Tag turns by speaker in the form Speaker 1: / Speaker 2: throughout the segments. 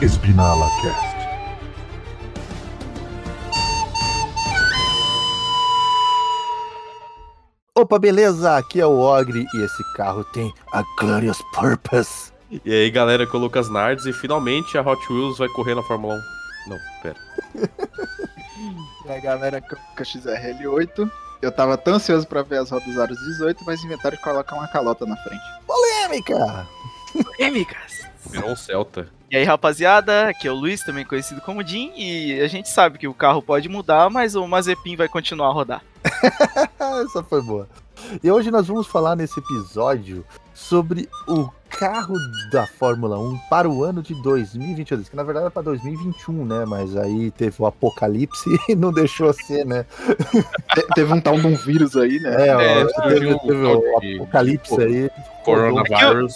Speaker 1: Espinala Cast.
Speaker 2: Opa, beleza? Aqui é o Ogre e esse carro tem a Glorious Purpose.
Speaker 3: E aí, galera, aqui é o Lucas Nardes e finalmente a Hot Wheels vai correr na Fórmula 1. Não, pera.
Speaker 4: E aí, galera, aqui é o Lucas XRL8. Eu tava tão ansioso pra ver as rodas aros 18, mas inventaram de colocar uma calota na frente.
Speaker 2: É, Polêmica!
Speaker 5: polêmicas.
Speaker 3: Virou um Celta.
Speaker 5: E aí, rapaziada, aqui é o Luiz, também conhecido como Jim, e a gente sabe que o carro pode mudar, mas o Mazepin vai continuar a rodar.
Speaker 2: Essa foi boa. E hoje nós vamos falar nesse episódio sobre o carro da Fórmula 1 para o ano de 2022, que na verdade é era para 2021, né? Mas aí teve o apocalipse e não deixou ser, né?
Speaker 4: Te- teve um tal de um vírus aí, né?
Speaker 2: É, ó,
Speaker 3: surgiu
Speaker 2: teve,
Speaker 3: o
Speaker 2: teve
Speaker 3: tal
Speaker 2: o
Speaker 3: de-
Speaker 2: apocalipse aí.
Speaker 3: Coronavirus.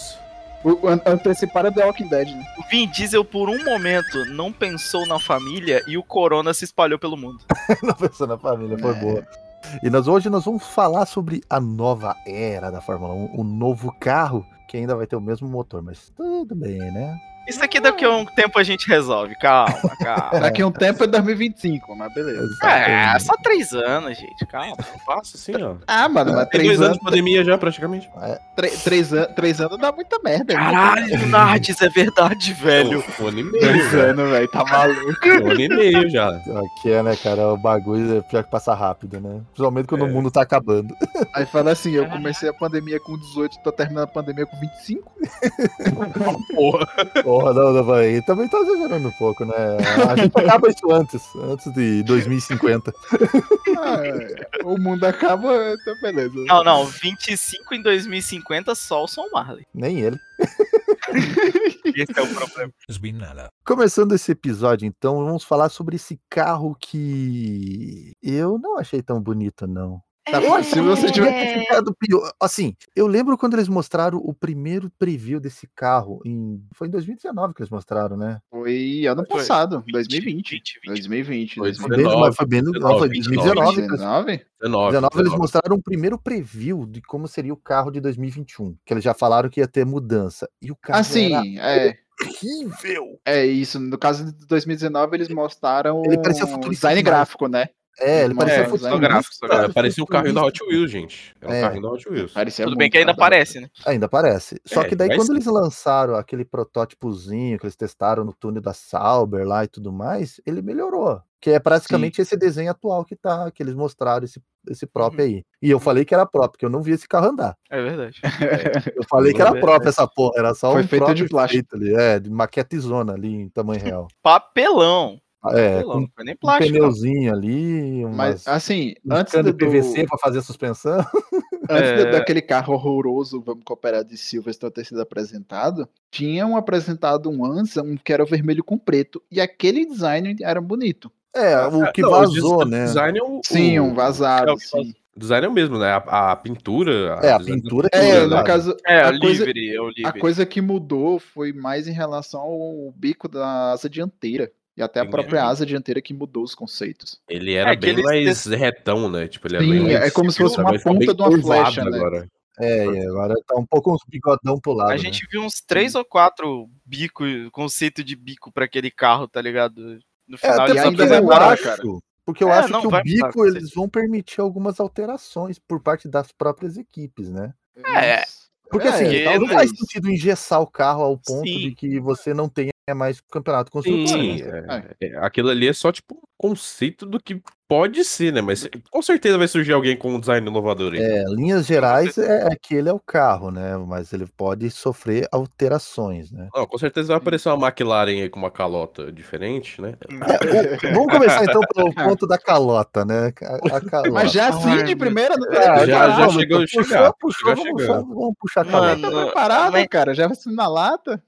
Speaker 4: O an antecipado é The Walking Dead, né?
Speaker 5: O Vin Diesel, por um momento, não pensou na família e o Corona se espalhou pelo mundo.
Speaker 2: Não pensou na família, foi
Speaker 4: É.
Speaker 2: boa. E nós, hoje nós vamos falar sobre a nova era da Fórmula 1, o novo carro, que ainda vai ter o mesmo motor, mas tudo bem, né?
Speaker 5: Isso daqui daqui a um tempo a gente resolve, calma, calma.
Speaker 4: Daqui a um tempo é 2025, mas beleza.
Speaker 5: É, só três anos, gente, calma.
Speaker 3: Passa assim, ó.
Speaker 4: Ah, mano, mas
Speaker 3: Tem dois
Speaker 4: três
Speaker 3: anos
Speaker 4: anos,
Speaker 3: de pandemia já, praticamente.
Speaker 4: tre- três, an três anos dá muita merda. irmão.
Speaker 5: Caralho, Nardes, é verdade, velho.
Speaker 3: Um ano e meio
Speaker 4: Dois
Speaker 3: já.
Speaker 4: anos, velho, tá maluco.
Speaker 3: Um ano e meio já.
Speaker 2: Aqui é, né, cara? O bagulho é pior que passa rápido, né? Principalmente quando
Speaker 3: É.
Speaker 2: o mundo tá acabando.
Speaker 4: Aí fala assim, eu comecei a pandemia com 18, tô terminando a pandemia com 25.
Speaker 3: Porra.
Speaker 2: Porra, não, não vai. Também tá exagerando um pouco, né? A gente acaba isso antes, antes de 2050.
Speaker 4: Ah, é. o mundo acaba, então beleza.
Speaker 5: Não, não, 25 em 2050, só o São Marley.
Speaker 2: Nem ele.
Speaker 5: Esse é o problema.
Speaker 2: Começando esse episódio, então, vamos falar sobre esse carro que eu não achei tão bonito, não.
Speaker 4: Tá bom, se você tiver...
Speaker 2: É. ficado pior. Assim, eu lembro quando eles mostraram o primeiro preview desse carro. Em... Foi em 2019 que eles mostraram, né?
Speaker 4: Foi ano
Speaker 5: Foi.
Speaker 4: passado,
Speaker 5: 2020.
Speaker 3: 2020.
Speaker 4: 2020. 2020.
Speaker 2: Foi bem-
Speaker 3: 19,
Speaker 2: mas foi bem no- não, foi
Speaker 3: 19,
Speaker 2: 2019.
Speaker 4: 2019?
Speaker 3: 19.
Speaker 2: 19, eles mostraram o primeiro preview de como seria o carro de 2021. Que eles já falaram que ia ter mudança. E o carro era
Speaker 4: Assim, é,
Speaker 2: horrível.
Speaker 4: é isso. No caso de 2019, eles mostraram
Speaker 2: Ele parecia
Speaker 4: o
Speaker 2: futurista
Speaker 4: design
Speaker 2: demais.
Speaker 4: gráfico, né?
Speaker 2: É, ele
Speaker 4: É,
Speaker 2: parecia
Speaker 4: só
Speaker 2: futurista.
Speaker 5: gráfico, só
Speaker 3: Cara,
Speaker 4: um
Speaker 3: parecia o carrinho da Hot Wheels, gente. Era
Speaker 2: É.
Speaker 3: o carrinho da Hot Wheels.
Speaker 4: Parecia
Speaker 5: Tudo
Speaker 4: muito
Speaker 5: bem que ainda
Speaker 4: nada a ver.
Speaker 5: aparece, né?
Speaker 2: Ainda parece. Só
Speaker 3: É,
Speaker 2: que daí,
Speaker 3: vai
Speaker 2: quando
Speaker 3: ser.
Speaker 2: eles lançaram aquele protótipozinho que eles testaram no túnel da Sauber lá e tudo mais, ele melhorou. Que é praticamente esse desenho atual que tá, que eles mostraram esse, esse
Speaker 4: Uhum.
Speaker 2: próprio aí. E eu falei que era próprio, porque eu não vi esse carro andar.
Speaker 5: É verdade.
Speaker 2: Eu falei que era
Speaker 5: Verdade.
Speaker 2: próprio essa porra, era só
Speaker 4: é, Foi
Speaker 2: um
Speaker 4: feito de
Speaker 2: próprio
Speaker 4: plástico.
Speaker 2: feito ali, é, de maquetezona ali em tamanho real.
Speaker 5: Papelão.
Speaker 2: É,
Speaker 5: Papelão,
Speaker 2: com um
Speaker 5: não foi nem plástico. não.
Speaker 2: pneuzinho ali, umas,
Speaker 4: Mas, assim,
Speaker 2: um
Speaker 4: antes,
Speaker 2: cano
Speaker 4: do,
Speaker 2: de PVC pra fazer a suspensão.
Speaker 4: antes
Speaker 5: É.
Speaker 4: do- daquele carro horroroso, vamos cooperar, de Silverstone ter sido apresentado, tinham apresentado um Ansa, um que era vermelho com preto, e aquele design era bonito.
Speaker 2: É,
Speaker 4: ah,
Speaker 2: o que
Speaker 3: Não,
Speaker 2: vazou,
Speaker 3: o
Speaker 2: né?
Speaker 3: Design é o,
Speaker 4: Sim, um vazado,
Speaker 5: é o que
Speaker 4: sim.
Speaker 3: o design é o mesmo, né? A, a pintura.
Speaker 2: É, a
Speaker 3: design-
Speaker 2: pintura que
Speaker 4: É,
Speaker 2: vazou,
Speaker 4: no
Speaker 2: né?
Speaker 4: caso,
Speaker 5: É,
Speaker 4: A
Speaker 5: o
Speaker 4: coisa-
Speaker 5: livre, é o livre.
Speaker 4: A coisa que mudou foi mais em relação ao bico da asa dianteira. E até a
Speaker 3: Sim,
Speaker 4: própria
Speaker 3: é.
Speaker 4: asa dianteira que mudou os conceitos.
Speaker 3: Ele era
Speaker 5: É,
Speaker 3: bem
Speaker 5: aqueles
Speaker 3: mais
Speaker 5: desse-
Speaker 3: retão, né? Tipo, ele era
Speaker 4: Sim,
Speaker 3: bem mais
Speaker 4: é como se
Speaker 3: reto,
Speaker 4: fosse uma
Speaker 3: mas ficou
Speaker 4: ponta
Speaker 3: bem
Speaker 4: de uma
Speaker 3: curvado
Speaker 4: flecha, né?
Speaker 3: Agora.
Speaker 2: É, e agora tá um pouco uns bigodão pro lado.
Speaker 5: A
Speaker 2: né?
Speaker 5: gente viu uns três ou quatro bico, conceito de bico pra aquele carro, tá ligado? No
Speaker 2: É,
Speaker 5: final
Speaker 2: até
Speaker 4: e
Speaker 5: eles
Speaker 2: porque
Speaker 4: ainda
Speaker 2: eu
Speaker 4: vai
Speaker 5: apresentaram.
Speaker 4: mudar,
Speaker 2: acho,
Speaker 4: cara.
Speaker 2: porque eu
Speaker 5: É,
Speaker 2: acho
Speaker 5: não,
Speaker 2: que
Speaker 5: vai
Speaker 2: o
Speaker 5: mudar,
Speaker 2: bico
Speaker 5: com
Speaker 2: eles vão permitir algumas alterações por parte das próprias equipes, né?
Speaker 5: É.
Speaker 2: Porque assim,
Speaker 5: porque
Speaker 2: não
Speaker 5: não
Speaker 2: faz sentido engessar o carro ao ponto
Speaker 5: Sim.
Speaker 2: de que você não tenha mais campeonato
Speaker 3: Sim,
Speaker 2: construtor. né?
Speaker 3: é, é, aquilo ali é só tipo um conceito do que pode ser, né? Mas com certeza vai surgir alguém com um design inovador aí.
Speaker 2: É, linhas gerais é é que ele é o carro, né? Mas ele pode sofrer alterações, né?
Speaker 3: Não, com certeza vai aparecer uma McLaren aí com uma calota diferente, né?
Speaker 2: É, o- vamos começar então pelo ponto da calota, né? A, a calota.
Speaker 4: Mas já
Speaker 2: um
Speaker 4: assim,
Speaker 5: Ai,
Speaker 4: de
Speaker 5: meu
Speaker 4: primeira, não
Speaker 2: Ah,
Speaker 4: tem
Speaker 3: já- já
Speaker 2: calma,
Speaker 3: chegou a
Speaker 2: puxou,
Speaker 3: chegar,
Speaker 2: puxou,
Speaker 3: chegou a
Speaker 2: vamos,
Speaker 3: chegar.
Speaker 2: vamos- vamos puxar a calota.
Speaker 5: Mano,
Speaker 4: tá parado,
Speaker 5: Mas-
Speaker 4: cara. Já vai ser na lata.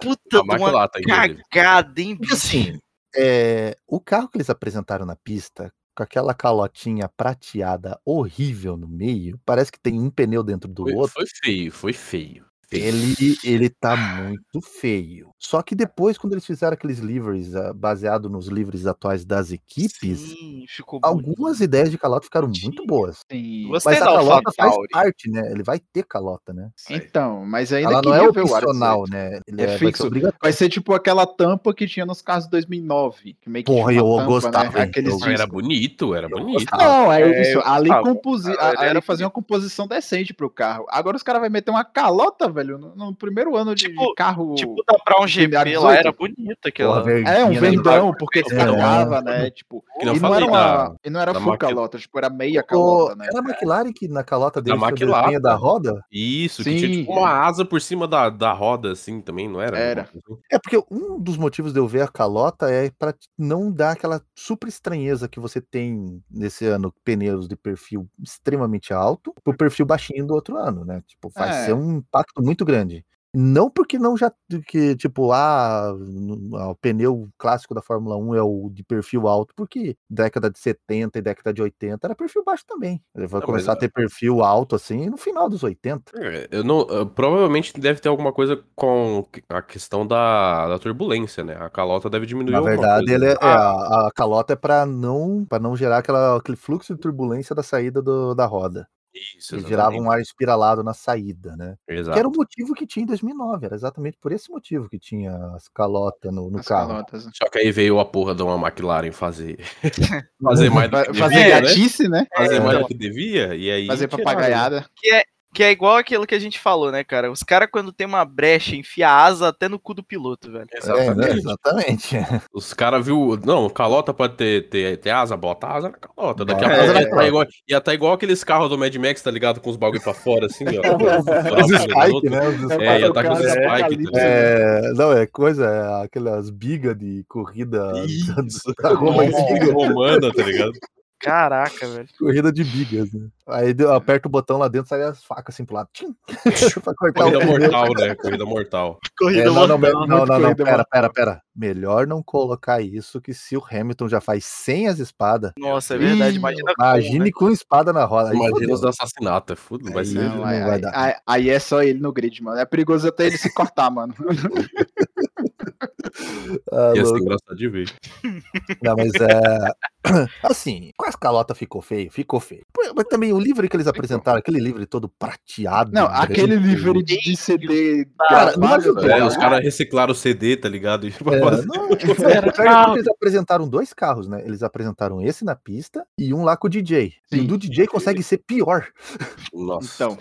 Speaker 5: Puta de
Speaker 3: a
Speaker 5: Então, uma
Speaker 3: McLaren, inclusive.
Speaker 5: cagada, hein,
Speaker 2: Porque
Speaker 5: bicho?
Speaker 2: assim, é, o carro que eles apresentaram na pista, com aquela calotinha prateada horrível no meio, parece que tem um pneu dentro do
Speaker 3: Foi,
Speaker 2: outro.
Speaker 3: foi feio, foi feio.
Speaker 2: Ele, ele tá muito feio. Só que depois, quando eles fizeram aqueles livros ah, baseado nos livros atuais das equipes,
Speaker 5: Sim, ficou
Speaker 2: algumas ideias de calota ficaram muito boas.
Speaker 4: Sim.
Speaker 5: Você-
Speaker 2: Mas tá
Speaker 5: Sei
Speaker 2: a
Speaker 5: lá, o
Speaker 2: calota
Speaker 5: Fábio
Speaker 2: faz
Speaker 5: Tauri.
Speaker 2: parte, né? Ele vai ter calota, né?
Speaker 4: Então, mas ainda
Speaker 2: Ela não é
Speaker 4: queria ver o Ares
Speaker 2: opcional,
Speaker 4: Neto.
Speaker 2: né? Ele
Speaker 4: É
Speaker 2: vai ser
Speaker 4: fixo.
Speaker 2: obrigatório.
Speaker 4: Vai ser tipo aquela tampa que tinha nos carros de 2009. Que meio que
Speaker 2: Porra,
Speaker 4: tinha uma
Speaker 2: eu
Speaker 4: tampa,
Speaker 2: gostava,
Speaker 4: Né?
Speaker 2: hein?
Speaker 4: Aqueles
Speaker 2: Eu
Speaker 4: discos.
Speaker 3: Era bonito, era bonito.
Speaker 2: gostava.
Speaker 4: Não, é,
Speaker 5: É,
Speaker 4: isso.
Speaker 5: eu
Speaker 4: Ali,
Speaker 5: gostava.
Speaker 4: composi...
Speaker 2: Ah,
Speaker 5: Era-
Speaker 4: a- ali
Speaker 5: era
Speaker 4: fazia uma composição decente pro carro. Agora os caras vão meter uma calota, velho, no, no primeiro ano de,
Speaker 5: Tipo-
Speaker 4: de carro.
Speaker 5: Tipo, da Brown GP lá
Speaker 4: 2018.
Speaker 5: era bonita aquela.
Speaker 2: Porra, verdinha,
Speaker 4: é, um
Speaker 2: né?
Speaker 4: verdão, porque descartava,
Speaker 2: É.
Speaker 4: né? Tipo,
Speaker 3: Que nem
Speaker 4: e,
Speaker 3: eu
Speaker 4: não era
Speaker 3: falei
Speaker 4: uma,
Speaker 3: da,
Speaker 4: e não era
Speaker 3: da
Speaker 4: full
Speaker 3: Maquila-
Speaker 4: calota, tipo, era meia
Speaker 2: Pô,
Speaker 4: calota, né?
Speaker 2: Era a McLaren que na calota dele
Speaker 3: Da
Speaker 2: tinha o
Speaker 3: McLaren.
Speaker 2: desenho da roda?
Speaker 3: Isso,
Speaker 4: Sim.
Speaker 3: que tinha tipo uma asa por cima da, da roda, assim, também, não era? assim.
Speaker 4: Era.
Speaker 2: É porque um dos motivos de eu ver a calota é pra não dar aquela super estranheza que você tem nesse ano, pneus de perfil extremamente alto, pro perfil baixinho do outro ano, né? Tipo, vai
Speaker 4: É.
Speaker 2: ser um impacto muito grande. Não porque não já que tipo, ah, n- ah, o pneu clássico da Fórmula 1 é o de perfil alto, porque década de 70 e década de 80 era perfil baixo também. Ele vai
Speaker 3: Não, mas
Speaker 2: começar a
Speaker 3: eu-
Speaker 2: ter perfil alto assim no final dos 80.
Speaker 3: É, Eu não, eu- provavelmente deve ter alguma coisa com a questão da, da turbulência, né? A calota deve diminuir
Speaker 2: Na
Speaker 3: alguma
Speaker 2: verdade,
Speaker 3: coisa,
Speaker 2: ele
Speaker 3: né?
Speaker 2: é, é, a, a calota é para não, pra não gerar aquela, aquele fluxo de turbulência da saída do- da roda.
Speaker 3: Isso,
Speaker 2: Que gerava
Speaker 3: exatamente.
Speaker 2: um ar espiralado na saída, né?
Speaker 3: Exato.
Speaker 2: Que era o motivo que tinha em 2009. Era exatamente por esse motivo que tinha as calotas no, no
Speaker 4: As
Speaker 2: carro.
Speaker 5: né?
Speaker 4: calotas.
Speaker 3: Só que aí veio a porra de uma McLaren fazer, fazer mais do que devia,
Speaker 4: Fa- Fazer
Speaker 5: É,
Speaker 3: né?
Speaker 4: gatice, né?
Speaker 3: Fazer
Speaker 2: É.
Speaker 3: mais do que devia, e aí...
Speaker 4: Fazer
Speaker 3: tiraram.
Speaker 4: papagaiada.
Speaker 5: Que é igual aquilo que a gente falou, né, cara? Os caras, quando tem uma brecha, enfia a asa até no cu do piloto, velho.
Speaker 2: É, né?
Speaker 3: Exatamente.
Speaker 2: Exatamente.
Speaker 3: Os caras viu. Não, calota pode ter, ter, ter asa, bota asa na calota. Daqui a
Speaker 2: Bota
Speaker 3: pouco
Speaker 2: asa na
Speaker 3: ia tá
Speaker 2: calota.
Speaker 3: igual, ia tá igual aqueles carros do Mad Max, tá ligado? Com os bagulho pra fora, assim, ó.
Speaker 2: Os spike, né? Os
Speaker 3: É, ia
Speaker 2: spike.
Speaker 3: tá com os
Speaker 4: Cara, é,
Speaker 3: spike. tá ligado?
Speaker 2: É, não, é coisa, é aquelas bigas de corrida,
Speaker 3: Isso.
Speaker 2: da Roma antiga.
Speaker 3: Romana, tá ligado?
Speaker 5: Caraca, velho.
Speaker 2: corrida de bigas, né? Aí deu- aperta o botão lá dentro, sai as facas assim pro lado. Tchim! pra cortar o
Speaker 3: Corrida
Speaker 2: pneu.
Speaker 3: mortal, né? Corrida mortal.
Speaker 2: É, não, não, não, não,
Speaker 4: muito
Speaker 2: não,
Speaker 4: corrida
Speaker 2: pera,
Speaker 4: mortal.
Speaker 2: pera, pera. Melhor não colocar isso, que se o Hamilton já faz sem as espadas,
Speaker 5: Nossa, é verdade.
Speaker 4: Ih,
Speaker 5: Imagina como,
Speaker 2: imagine com espada na roda. Aí
Speaker 3: Imagina
Speaker 2: fodeu.
Speaker 3: os assassinatos. é Fudo, vai
Speaker 2: Aí
Speaker 3: ser.
Speaker 2: não vai
Speaker 4: aí-
Speaker 2: dar.
Speaker 4: aí- aí é só ele no grid, mano. É perigoso até ele se cortar, mano.
Speaker 2: Ah,
Speaker 3: Ia ser
Speaker 2: louco.
Speaker 3: assim, engraçado de ver.
Speaker 2: Não, mas é. Assim, com as calotas ficou feio, ficou feio. Pô, Mas também o livro que eles apresentaram, aquele livro todo prateado.
Speaker 4: Não,
Speaker 2: branco.
Speaker 4: aquele livro de, de CD
Speaker 5: Cara,
Speaker 2: não
Speaker 4: gravado,
Speaker 2: ajudou.
Speaker 4: velho.
Speaker 3: É, os caras reciclaram o CD, tá ligado? E pra
Speaker 2: É,
Speaker 3: fazer-
Speaker 2: não, era carro. Eles apresentaram dois carros, né? Eles apresentaram esse na pista e um lá com o DJ. E o
Speaker 4: Sim.
Speaker 2: do DJ consegue ser pior.
Speaker 3: Nossa.
Speaker 4: Então.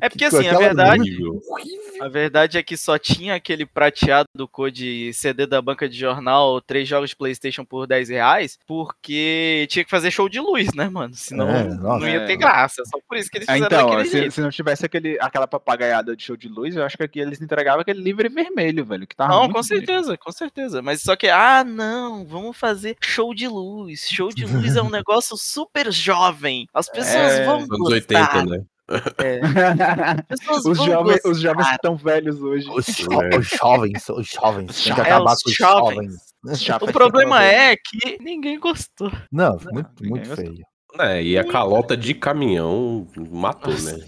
Speaker 5: É porque
Speaker 2: Com
Speaker 5: assim, a
Speaker 2: aquela
Speaker 3: tá
Speaker 5: verdade,
Speaker 3: horrível.
Speaker 2: Horrível.
Speaker 5: a verdade é que só tinha aquele prateado do code CD da banca de jornal, três jogos de Playstation por 10 reais, porque tinha que fazer show de luz, né, mano? Senão
Speaker 2: É,
Speaker 5: não
Speaker 2: nossa.
Speaker 5: ia ter
Speaker 4: É.
Speaker 5: graça. Só por isso que eles
Speaker 4: Ah,
Speaker 5: fizeram
Speaker 4: Então, ó,
Speaker 5: daquele
Speaker 4: se,
Speaker 5: jeito.
Speaker 4: se não tivesse aquele, aquela papagaiada de show de luz, eu acho que aqui eles entregavam aquele livro vermelho, velho. Que tava
Speaker 5: Não,
Speaker 4: tá muito
Speaker 5: com
Speaker 4: bonito.
Speaker 5: certeza, com certeza. Mas só que, ah, não, vamos fazer show de luz. Show de luz é um negócio super jovem. As pessoas
Speaker 4: É,
Speaker 5: vão
Speaker 3: Anos
Speaker 5: gostar.
Speaker 3: 80, né?
Speaker 5: É, as pessoas
Speaker 4: os,
Speaker 5: vão
Speaker 4: jovens,
Speaker 5: gostar.
Speaker 4: os jovens que estão velhos hoje.
Speaker 2: Os, jo- os jovens, os jovens. Tem que
Speaker 4: É,
Speaker 2: acabar
Speaker 5: os
Speaker 2: com os
Speaker 5: jovens.
Speaker 2: jovens.
Speaker 5: O problema é que ninguém gostou.
Speaker 2: Não,
Speaker 4: Não,
Speaker 2: muito,
Speaker 4: ninguém
Speaker 2: muito
Speaker 4: gostou.
Speaker 2: feio.
Speaker 3: É, e a calota de caminhão matou, né?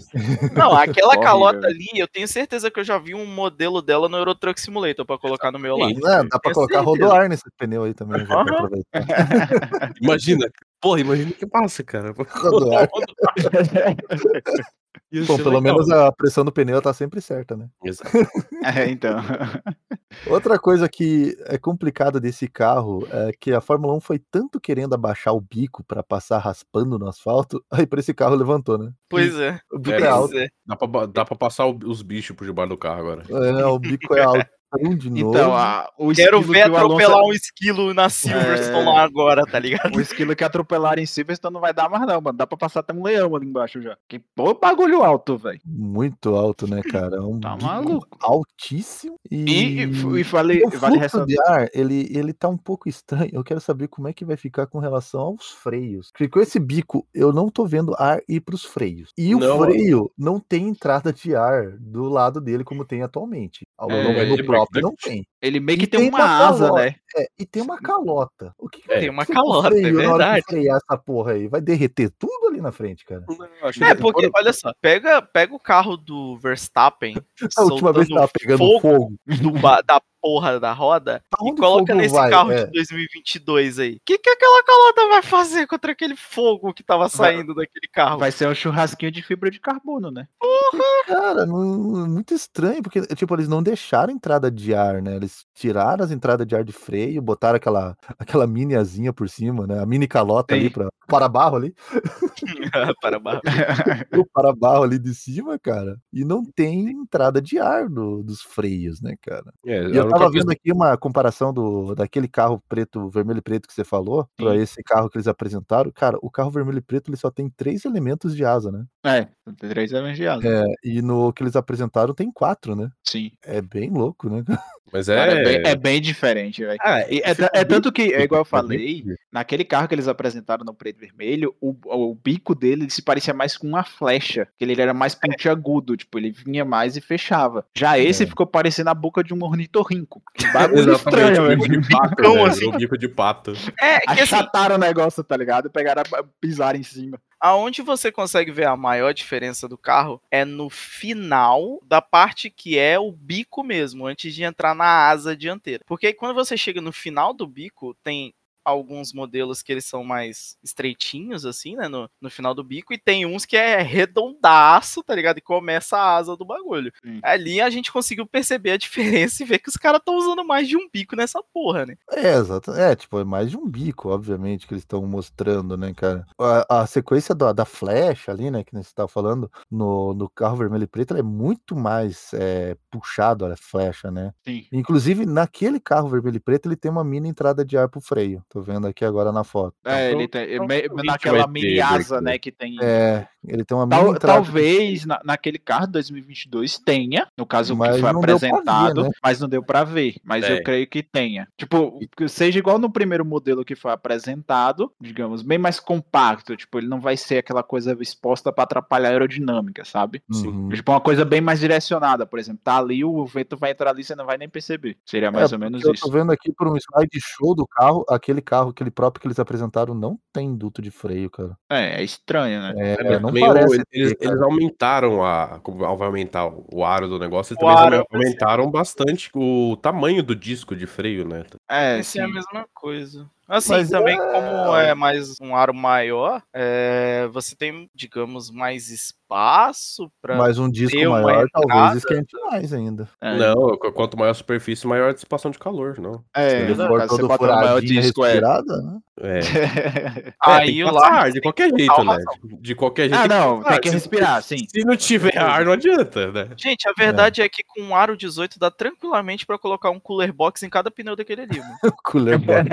Speaker 5: Não, aquela
Speaker 4: Horrível.
Speaker 5: calota ali, eu tenho certeza que eu já vi um modelo dela no Euro Truck Simulator pra colocar no meu lá.
Speaker 3: Sim.
Speaker 2: Não, dá pra
Speaker 5: Tenho
Speaker 2: colocar
Speaker 5: certeza.
Speaker 4: né?
Speaker 2: rodoar nesse pneu aí também. Já pra
Speaker 5: Aham.
Speaker 2: aproveitar.
Speaker 3: Imagina, porra, imagina o que passa, cara.
Speaker 2: Rodoar.
Speaker 5: é
Speaker 3: Ia
Speaker 2: Bom,
Speaker 3: ser
Speaker 2: pelo
Speaker 3: legal.
Speaker 2: menos a pressão do pneu tá sempre certa, né?
Speaker 3: Exato.
Speaker 4: É, então.
Speaker 2: Outra coisa que é complicada desse carro é que a Fórmula 1 foi tanto querendo abaixar o bico pra passar raspando no asfalto, aí pra esse carro levantou, né?
Speaker 5: Pois é,
Speaker 2: O bico é,
Speaker 5: pois
Speaker 2: alto,
Speaker 5: é.
Speaker 3: Dá pra, ba- dá pra passar o- os bichos por debaixo do carro agora.
Speaker 2: é, o bico é alto. Um de novo.
Speaker 4: então a, o
Speaker 5: Quero
Speaker 4: esquilo
Speaker 5: ver
Speaker 4: que o Alonso- é
Speaker 2: é
Speaker 5: atropelar um esquilo na Silverstone lá agora, tá ligado?
Speaker 4: O esquilo que atropelaram em Silverstone não vai dar mais, não, mano. Dá pra passar até um leão ali embaixo já. Que pô, bagulho alto, velho.
Speaker 2: Muito alto, né, cara? É um
Speaker 4: Tá
Speaker 2: bico
Speaker 4: maluco.
Speaker 2: altíssimo.
Speaker 4: E,
Speaker 2: E,
Speaker 4: e, e falei,
Speaker 2: o fluxo
Speaker 4: vale ressaltar.
Speaker 2: de ar, ele, ele tá um pouco estranho. Eu quero saber como é que vai ficar com relação aos freios. Porque com esse bico, eu não tô vendo ar ir pros freios. E o
Speaker 5: é.
Speaker 3: Não.
Speaker 2: freio não tem entrada de ar do lado dele como tem atualmente. Ao
Speaker 4: É,
Speaker 2: longo
Speaker 4: ele
Speaker 2: do
Speaker 3: pra
Speaker 5: né?
Speaker 2: Europa não tem.
Speaker 5: Ele meio que
Speaker 2: E
Speaker 5: tem,
Speaker 2: tem
Speaker 5: uma
Speaker 2: uma
Speaker 5: asa,
Speaker 2: calota.
Speaker 5: né?
Speaker 2: É, e tem uma calota. O que, que
Speaker 3: É.
Speaker 5: Tem uma
Speaker 2: você
Speaker 5: calota, é
Speaker 2: freio na hora que
Speaker 5: verdade.
Speaker 2: frear essa porra aí? Vai derreter tudo ali na frente, cara.
Speaker 5: É, porque, olha só, pega, pega o carro do Verstappen.
Speaker 2: A última vez que tava pegando fogo,
Speaker 5: do ba- da porra da roda
Speaker 2: Pra
Speaker 5: e
Speaker 2: onde o
Speaker 5: coloca
Speaker 2: fogo
Speaker 5: nesse
Speaker 2: vai?
Speaker 5: carro
Speaker 2: É.
Speaker 5: de 2022 aí. O que, que aquela calota vai fazer contra aquele fogo que tava saindo daquele carro?
Speaker 4: Vai ser um churrasquinho de fibra de carbono, né?
Speaker 2: Cara, não- é muito estranho, porque, tipo, eles não deixaram entrada de ar, né? Eles tiraram as entradas de ar de freio, botaram aquela, aquela mini asinha por cima, né? A mini calota ali
Speaker 4: Sim.
Speaker 2: pra, para barro ali.
Speaker 5: Para a barra.
Speaker 2: O para barro ali de cima, cara. E não tem entrada de ar do- dos freios, né, cara?
Speaker 3: É,
Speaker 2: E eu tava vendo aqui uma comparação do, daquele carro preto, vermelho e preto que você falou, pra esse carro que eles apresentaram. Cara, o carro vermelho e preto ele só tem três elementos de asa, né?
Speaker 4: É, tem três evangelhos.
Speaker 2: É, e no que eles apresentaram tem quatro, né?
Speaker 4: Sim.
Speaker 2: É bem louco, né?
Speaker 3: Mas
Speaker 4: Cara,
Speaker 3: é.
Speaker 4: é, bem, é bem diferente, velho.
Speaker 3: Ah,
Speaker 4: E é, ta- é tanto que, é igual eu falei,
Speaker 2: Vermelho.
Speaker 4: naquele carro que eles apresentaram no preto e vermelho, o, o bico dele ele se parecia mais com uma flecha, que ele era mais pontiagudo, tipo, ele vinha mais e fechava. Já esse
Speaker 2: É.
Speaker 4: ficou parecendo a boca de um ornitorrinco. Que bagulho
Speaker 3: Exatamente,
Speaker 4: estranho,
Speaker 3: o bico
Speaker 4: velho.
Speaker 3: de pato,
Speaker 5: Então,
Speaker 3: velho,
Speaker 5: assim-
Speaker 3: o bico de pato.
Speaker 5: É, que assim,
Speaker 4: Achataram o negócio, tá ligado? Pegaram, a- pisaram em cima.
Speaker 5: aonde você consegue ver a maior diferença do carro é no final da parte que é o bico mesmo, antes de entrar na asa dianteira. Porque aí quando você chega no final do bico, tem alguns modelos que eles são mais estreitinhos, assim, né, no, no final do bico, e tem uns que é redondaço, tá ligado? E começa a asa do bagulho.
Speaker 4: Sim.
Speaker 5: Ali a gente conseguiu perceber a diferença e ver que os caras estão usando mais de um bico nessa porra, né?
Speaker 2: É, exato. É, tipo, é mais de um bico, obviamente, que eles estão mostrando, né, cara? A, a sequência da, da flecha ali, né, que você tava falando, no, no carro vermelho e preto, ela é muito mais é, puxado a flecha, né?
Speaker 4: Sim.
Speaker 2: Inclusive, naquele carro vermelho e preto, ele tem uma mini entrada de ar pro freio. Tô vendo aqui agora na foto. tá?
Speaker 4: É,
Speaker 3: Então,
Speaker 4: ele tem,
Speaker 3: então,
Speaker 4: me-
Speaker 3: provavelmente
Speaker 4: naquela
Speaker 3: vai ter,
Speaker 4: mini
Speaker 3: vai
Speaker 4: asa,
Speaker 3: ter.
Speaker 4: né, que tem.
Speaker 2: É, ele tem uma mini
Speaker 4: Tal-
Speaker 2: entrada.
Speaker 4: talvez na- naquele carro 2022 tenha, no caso o
Speaker 2: Mas
Speaker 4: que foi
Speaker 2: não deu pra ver,
Speaker 4: apresentado,
Speaker 2: né?
Speaker 4: mas não deu pra ver. Mas
Speaker 3: É.
Speaker 4: eu creio que tenha. Tipo, que seja igual no primeiro modelo que foi apresentado, digamos, bem mais compacto. Tipo, ele não vai ser aquela coisa exposta pra atrapalhar a aerodinâmica, sabe?
Speaker 2: Uhum.
Speaker 4: Tipo, uma coisa bem mais direcionada, por exemplo. Tá ali, o vento vai entrar ali, você não vai nem perceber. Seria mais
Speaker 2: É,
Speaker 4: ou menos
Speaker 2: Eu
Speaker 4: isso.
Speaker 2: tô vendo aqui por um slideshow do carro, aquele carro, aquele próprio que eles apresentaram, não tem duto de freio, cara.
Speaker 4: É, é estranho, né?
Speaker 2: É, não
Speaker 3: Meio-
Speaker 2: parece.
Speaker 3: eles,
Speaker 2: ter, cara.
Speaker 3: eles aumentaram a. Como vai aumentar o o aro do negócio,
Speaker 5: O
Speaker 3: eles também
Speaker 5: aro,
Speaker 3: aumentaram bastante o tamanho do disco de freio, né?
Speaker 4: É,
Speaker 5: Isso é a
Speaker 4: sim.
Speaker 5: mesma coisa. Assim,
Speaker 2: Mas
Speaker 5: também
Speaker 2: é-
Speaker 5: como é mais um aro maior, é, você tem, digamos, mais espaço pra.
Speaker 2: Mas um disco
Speaker 5: ter uma
Speaker 2: maior
Speaker 5: entrada-
Speaker 2: talvez esquente mais ainda.
Speaker 4: É.
Speaker 3: Não, qu- quanto maior a superfície, maior a dissipação de calor, não.
Speaker 2: Se
Speaker 4: É,
Speaker 2: ele
Speaker 4: no
Speaker 2: for
Speaker 4: caso, você
Speaker 2: todo
Speaker 4: bota no maior
Speaker 2: furadinho,
Speaker 4: disco, é.
Speaker 2: respirada, né?
Speaker 3: É. É, tem
Speaker 5: aí
Speaker 3: que
Speaker 5: o
Speaker 3: passar ar,
Speaker 5: lado
Speaker 3: de qualquer jeito,
Speaker 5: total
Speaker 3: né? De- De qualquer jeito.
Speaker 4: Ah,
Speaker 3: tem que
Speaker 4: não,
Speaker 3: passar ar.
Speaker 4: tem que
Speaker 3: Se-
Speaker 4: respirar, sim.
Speaker 3: Se não tiver ar, não adianta, né?
Speaker 5: Gente, a verdade é. que com um aro 18 dá tranquilamente pra colocar um cooler box em cada pneu daquele ali. mano.
Speaker 2: O cooler box.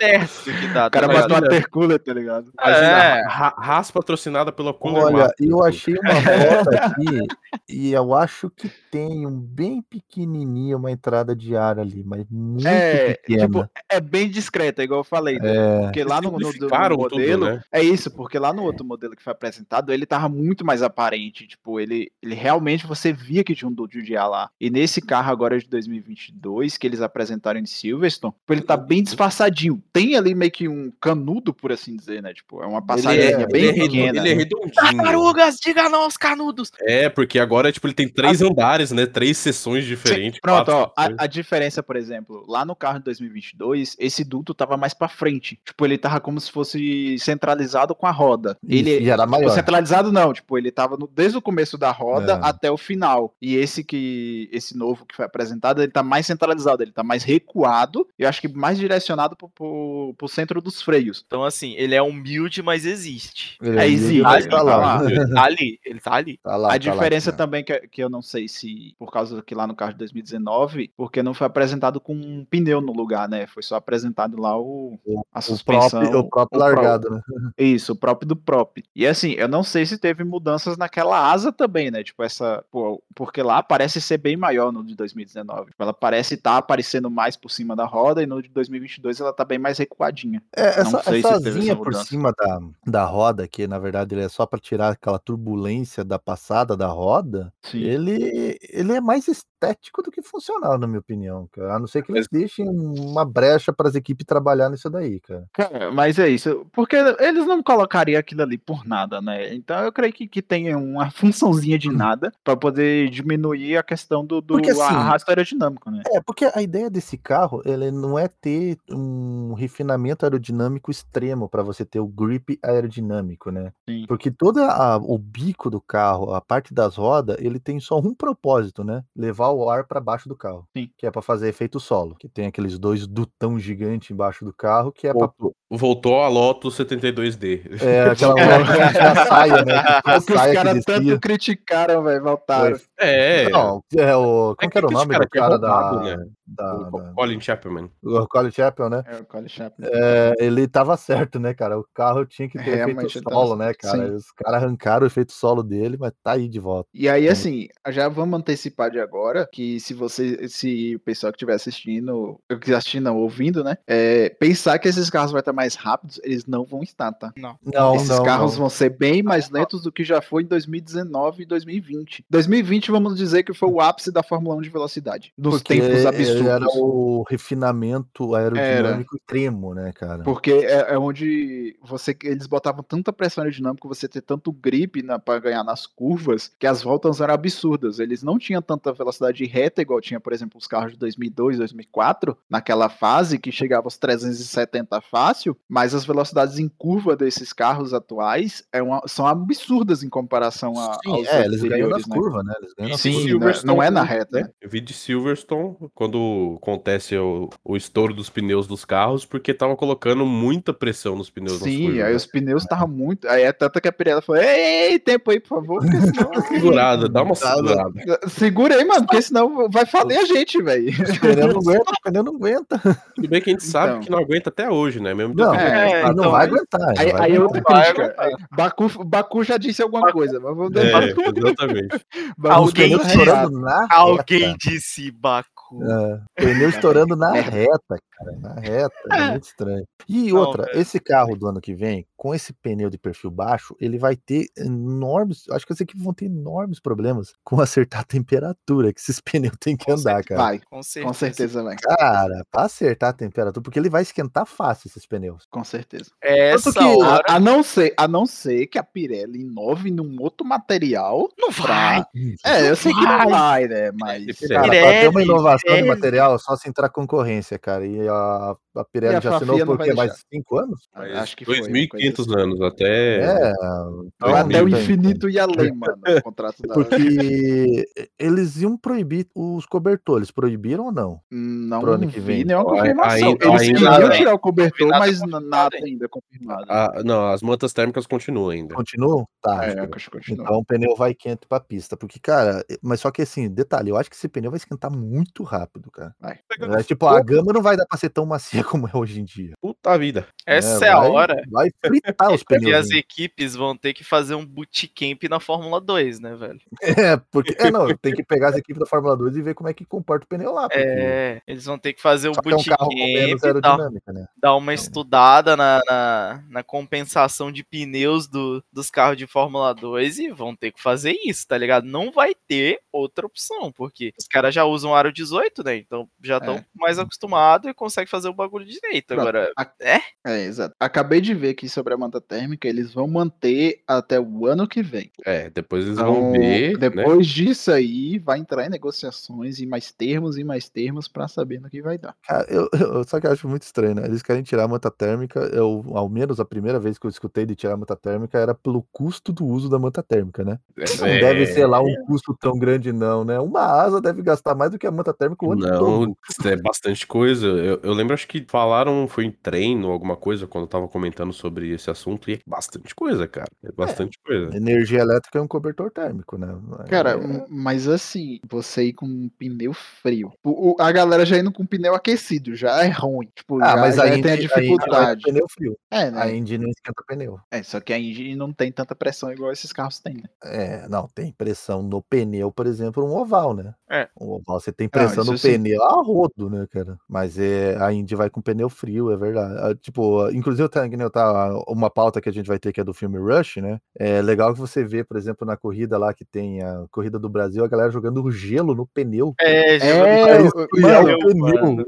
Speaker 5: certo que dá.
Speaker 4: O cara
Speaker 5: tá
Speaker 3: Mas,
Speaker 4: matou
Speaker 5: ligado?
Speaker 3: né?
Speaker 4: a tercula, tá ligado?
Speaker 5: É.
Speaker 3: Imagina, ra- raça patrocinada pela Cooler
Speaker 2: Olha,
Speaker 3: Master,
Speaker 2: eu
Speaker 3: assim.
Speaker 2: achei uma foto aqui e eu acho que tem um bem pequenininho uma entrada de ar ali, mas muito
Speaker 4: É,
Speaker 2: pequena.
Speaker 4: tipo, é bem discreta, igual eu falei. né?
Speaker 2: é,
Speaker 4: Porque lá no, no- no- no
Speaker 3: Simplificaram tudo,
Speaker 4: modelo.
Speaker 3: né?
Speaker 4: É isso, porque lá no outro modelo que foi apresentado, ele tava muito mais aparente. Tipo, ele, ele realmente você via que tinha um duto de ar lá. E nesse carro agora de 2022, que eles apresentaram em Silverstone, tipo, ele tá bem disfarçadinho. Tem ali meio que um canudo, por assim dizer, né? Tipo, é uma passarinha
Speaker 2: é-
Speaker 4: bem
Speaker 2: ele é redondo,
Speaker 4: pequena. né?
Speaker 3: ele é redondinho.
Speaker 5: Tartarugas, diga não aos canudos!
Speaker 3: É, porque agora, tipo, ele tem três andares, né? Três sessões diferentes.
Speaker 4: Pronto, ó,
Speaker 3: quatro
Speaker 4: a,
Speaker 3: sessões.
Speaker 4: a diferença, por exemplo, lá no carro de 2022, esse duto tava mais pra frente. Tipo, ele tava como se fosse centralizado com a roda.
Speaker 2: isso,
Speaker 4: Ele
Speaker 2: e era
Speaker 4: tipo,
Speaker 2: maior.
Speaker 4: centralizado não, tipo, ele tava no- desde o começo da roda
Speaker 2: É.
Speaker 4: até o final. E esse que esse novo que foi apresentado, ele tá mais centralizado, ele tá mais recuado, e eu acho que mais direcionado pro, pro, pro centro dos freios.
Speaker 5: Então, assim, ele é humilde, mas existe.
Speaker 2: Ele
Speaker 4: é
Speaker 2: ele
Speaker 4: exige,
Speaker 2: vai
Speaker 4: ele
Speaker 2: pra Ah,
Speaker 4: tá
Speaker 2: então lá.
Speaker 4: lá.
Speaker 3: Uhum.
Speaker 5: Tá ali, ele tá ali.
Speaker 2: Tá lá,
Speaker 4: a
Speaker 2: tá lá,
Speaker 4: diferença
Speaker 2: cara.
Speaker 4: também, que, que eu não sei se por causa que lá no carro de 2019, porque não foi apresentado com um pneu no lugar, né? Foi só apresentado lá o, a
Speaker 2: O
Speaker 4: suspensão.
Speaker 2: próprio, o próprio
Speaker 4: o pró-
Speaker 2: largado, né?
Speaker 4: Isso, o próprio do prop. E assim, eu não sei se teve mudanças naquela asa também, né? Tipo, essa. pô, porque lá parece ser bem maior no de 2019. Tipo, ela parece estar aparecendo mais por cima da roda e no de 2022 ela tá bem mais recuadinha.
Speaker 2: É,
Speaker 4: Não
Speaker 2: essa,
Speaker 4: sei
Speaker 2: essa
Speaker 4: se teve essa
Speaker 2: asinha por
Speaker 4: mudança.
Speaker 2: cima da, da roda, que na verdade ele é só pra tirar aquela turbulência da passada da roda,
Speaker 4: Sim.
Speaker 2: Ele, ele é mais estético do que funcional, na minha opinião, cara. A não ser que eles deixem uma brecha para as equipes trabalhar nisso daí, cara.
Speaker 4: Cara, mas é isso. Porque eles não colocariam aquilo ali por nada, né? Então eu creio que, que tem uma funçãozinha de nada para poder diminuir a questão do, do
Speaker 2: Porque, assim,
Speaker 4: arrasto aerodinâmico, né?
Speaker 2: É, porque a ideia desse carro, ele não é ter um refinamento aerodinâmico extremo para você ter o grip aerodinâmico, né?
Speaker 4: Sim.
Speaker 2: Porque todo o bico do carro, a parte das rodas, ele tem só um propósito, né? Levar o ar para baixo do carro,
Speaker 4: Sim.
Speaker 2: que é para fazer efeito solo, que tem aqueles dois dutão gigante embaixo do carro, que é pra
Speaker 3: Voltou, voltou a Lotus 72D.
Speaker 2: É, aquela a saia, né? A
Speaker 4: o que os
Speaker 2: saia que
Speaker 4: caras
Speaker 2: descia.
Speaker 4: tanto criticaram, velho, voltaram.
Speaker 3: É,
Speaker 2: Não, é o. Como que era o nome
Speaker 3: cara
Speaker 2: do cara
Speaker 3: tinha
Speaker 2: da.
Speaker 3: roubado, né?
Speaker 2: da,
Speaker 3: O
Speaker 2: da
Speaker 3: Colin Chapman.
Speaker 2: o Colin Chapel, né?
Speaker 4: É, o Colin Chapman.
Speaker 2: É, ele tava certo, né, cara? O carro tinha que ter
Speaker 4: Realmente ele
Speaker 2: efeito
Speaker 4: tava
Speaker 2: solo, né,
Speaker 4: certo,
Speaker 2: cara?
Speaker 4: sim.
Speaker 2: Os caras arrancaram o efeito solo dele, mas tá aí de volta.
Speaker 4: E aí, assim, já vamos antecipar de agora que se você, se o pessoal que estiver assistindo, ou que assistindo, não, ouvindo, né, é, pensar que esses carros vão estar mais rápidos, eles não vão estar, tá?
Speaker 2: Não,
Speaker 4: esses
Speaker 2: não,
Speaker 4: carros
Speaker 2: não.
Speaker 4: vão ser bem mais lentos do que já foi em 2019 e 2020. 2020, vamos dizer que foi o ápice da Fórmula 1 de velocidade, dos
Speaker 2: Porque
Speaker 4: tempos absurdos.
Speaker 2: Era o refinamento aerodinâmico extremo, né, cara?
Speaker 4: Porque é, é onde você eles botavam tanta pressão aerodinâmica, você ter tanto grip na, pra ganhar nas curvas, que as voltas eram absurdas. Eles não tinham tanta velocidade reta igual tinha, por exemplo, os carros de 2002, 2004, naquela fase que chegava aos 370 fácil, mas as velocidades em curva desses carros atuais é uma- são absurdas em comparação a,
Speaker 2: Sim,
Speaker 4: aos
Speaker 2: é, eles ganham nas
Speaker 4: anteriores, né?
Speaker 2: curvas, né? Eles ganham nas
Speaker 4: Sim,
Speaker 2: curvas.
Speaker 4: né? não é na reta,
Speaker 3: né? Eu vi de Silverstone quando acontece o, o estouro dos pneus dos carros, porque tava colocando muita pressão nos pneus. nas
Speaker 4: Sim,
Speaker 3: curvas,
Speaker 4: aí
Speaker 3: né?
Speaker 4: os pneus estavam muito. Aí é tanto que a Pirelli falou: ei, ei, tempo aí, por favor, porque senão
Speaker 3: Segurada, dá uma segurada.
Speaker 4: Segura aí, mano, porque senão vai falir a gente, velho.
Speaker 2: O pneu não aguenta, o pneu não aguenta.
Speaker 3: Tudo bem que a gente sabe
Speaker 4: Então.
Speaker 3: que não aguenta até hoje, né? Mesmo
Speaker 2: Não,
Speaker 3: depois-
Speaker 5: É,
Speaker 2: Ele não
Speaker 5: então,
Speaker 2: vai
Speaker 5: aí-
Speaker 2: aguentar. ele
Speaker 4: Aí,
Speaker 2: vai
Speaker 4: aí é
Speaker 2: aguentar.
Speaker 4: outra
Speaker 5: Vai
Speaker 4: crítica. É. Baku, Baku já disse alguma coisa, mas vamos
Speaker 3: É,
Speaker 4: deixar.
Speaker 3: exatamente.
Speaker 4: Baku
Speaker 2: Os pneus
Speaker 4: tá
Speaker 5: disse-
Speaker 4: errado.
Speaker 2: estourando na
Speaker 5: Alguém
Speaker 2: reta.
Speaker 5: disse Baku.
Speaker 2: É, pneu estourando na
Speaker 4: É.
Speaker 2: reta, cara. Na reta. É muito estranho. E
Speaker 5: Não,
Speaker 2: outra, esse carro do ano que vem, com esse pneu de perfil baixo, ele vai ter enormes. Acho que as equipes vão ter enormes problemas com acertar a temperatura que esses pneus têm que
Speaker 5: Com
Speaker 2: andar, cara.
Speaker 4: Vai,
Speaker 5: Com certeza.
Speaker 4: com certeza né, vai.
Speaker 2: Cara, pra acertar a temperatura, porque ele vai esquentar fácil esses pneus.
Speaker 4: Com certeza.
Speaker 5: É Essa
Speaker 2: Tanto que-
Speaker 5: hora
Speaker 4: A, a não ser, a não ser que a Pirelli inove num outro material.
Speaker 5: não vai.
Speaker 4: pra- É, eu sei que não vai, né? Mas.
Speaker 3: Pirelli.
Speaker 2: Cara,
Speaker 5: Pirelli,
Speaker 2: pra ter uma inovação
Speaker 5: Pirelli.
Speaker 2: de material, só se entrar concorrência, cara. E a, a Pirelli
Speaker 4: E a
Speaker 2: já assinou
Speaker 4: FIA não
Speaker 2: por
Speaker 4: vai
Speaker 2: quê?
Speaker 4: deixar.
Speaker 2: Mais cinco anos?
Speaker 3: Mas
Speaker 4: acho que foi. uma coisa
Speaker 3: 2.500 anos até.
Speaker 2: É,
Speaker 4: assim. Vai até o
Speaker 2: 2020.
Speaker 4: infinito e além, mano. O contrato da.
Speaker 2: Porque eles iam proibir os cobertores, proibiram ou não?
Speaker 4: Não
Speaker 2: pro ano que
Speaker 4: vi
Speaker 2: vem.
Speaker 4: nenhuma
Speaker 3: Ó,
Speaker 4: confirmação.
Speaker 3: ainda-
Speaker 4: Eles
Speaker 3: ainda
Speaker 4: queriam
Speaker 5: nada.
Speaker 4: tirar o cobertor,
Speaker 5: Nada
Speaker 4: mas
Speaker 5: confirmado
Speaker 4: nada
Speaker 5: ainda.
Speaker 4: ainda é confirmado.
Speaker 3: Ah, não, as mantas térmicas continuam ainda.
Speaker 2: Continuam? Tá.
Speaker 4: É,
Speaker 2: show.
Speaker 4: acho que continua.
Speaker 2: então o pneu vai quente pra pista. Porque, cara, mas só que assim, detalhe, eu acho que esse pneu vai esquentar muito rápido, cara.
Speaker 4: Vai.
Speaker 2: É, tipo, a gama não vai dar pra ser tão macia como é hoje em dia.
Speaker 3: Puta vida.
Speaker 5: Essa
Speaker 2: É,
Speaker 5: é, a
Speaker 2: vai-
Speaker 5: hora.
Speaker 2: Vai fritar os
Speaker 5: E as
Speaker 2: pneus.
Speaker 4: assim
Speaker 2: né?
Speaker 5: equipes vão ter que fazer um bootcamp na Fórmula 2, né, velho?
Speaker 2: É, porque. É, não, tem que pegar as equipes da Fórmula 2 e ver como é que comporta o pneu lá. Porque...
Speaker 5: É, eles vão ter que fazer o
Speaker 2: Uhum. Só que é um carro com menos
Speaker 5: bootcamp, dar,
Speaker 2: aerodinâmica, né?
Speaker 5: dar uma estudada na, na, na compensação de pneus do, dos carros de Fórmula 2 e vão ter que fazer isso, tá ligado? Não vai ter outra opção, porque os caras já usam aro 18, né? Então já estão mais acostumados e conseguem fazer o bagulho direito.
Speaker 4: Pronto.
Speaker 5: Agora,
Speaker 4: É, exato. Acabei de ver aqui sobre a manta térmica, eles vão manter até o ano que vem.
Speaker 3: É, depois eles
Speaker 4: Então,
Speaker 3: vão ver. Né?
Speaker 4: depois disso aí, vai entrar em negociações e mais termos e mais termos pra saber no que vai dar.
Speaker 2: Cara, eu, eu- só que eu acho muito estranho, né? Eles querem tirar a manta térmica. Eu, ao menos a primeira vez que eu escutei de tirar a manta térmica era pelo custo do uso da manta térmica, né? Não
Speaker 3: É,
Speaker 2: deve ser lá um custo tão grande, não, né? Uma asa deve gastar mais do que a manta térmica o ano
Speaker 3: Não,
Speaker 2: todo.
Speaker 3: isso é bastante coisa. Eu, eu lembro, acho que falaram, foi em treino, alguma coisa, quando eu tava comentando sobre esse assunto, e é bastante coisa, cara. É bastante coisa.
Speaker 2: Energia elétrica é um cobertor térmico, né?
Speaker 4: Cara,
Speaker 2: É-
Speaker 4: m- mas assim, você ir com um pneu frio. O- o- a galera já indo com pneu aquecido, já é ruim. Tipo,
Speaker 2: ah,
Speaker 4: já,
Speaker 2: mas
Speaker 4: já
Speaker 2: a Indy,
Speaker 4: tem a
Speaker 2: a Indy vai ter
Speaker 4: dificuldade.
Speaker 2: pneu frio.
Speaker 4: É, né?
Speaker 2: A Indy não esquenta pneu.
Speaker 4: É, só que a Indy não tem tanta pressão igual esses carros têm, né?
Speaker 2: É, não, tem pressão no pneu, por exemplo, um oval, né?
Speaker 5: É.
Speaker 2: Um oval, você tem pressão
Speaker 4: isso
Speaker 2: no
Speaker 4: sim.
Speaker 2: pneu a rodo, é né, cara? Mas é, a Indy vai com pneu frio, é verdade. Ah, Tipo, inclusive, eu tava, que nem eu tava uma pauta que a gente vai ter que é do filme Rush, né? É legal que você vê, por exemplo, na corrida lá que tem a corrida do Brasil, a galera jogando gelo no pneu.
Speaker 5: É,
Speaker 4: É,
Speaker 2: Pra
Speaker 4: eu-
Speaker 2: esfriar
Speaker 5: mano,
Speaker 2: o pneu.
Speaker 5: mano.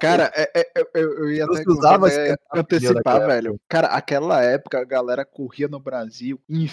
Speaker 4: Cara, é- é- eu, eu- eu ia
Speaker 2: Não
Speaker 4: até
Speaker 2: se usava
Speaker 4: eu ia
Speaker 2: esse cara naquela
Speaker 4: antecipar,
Speaker 2: época.
Speaker 4: velho. Cara, aquela época a galera corria no Brasil em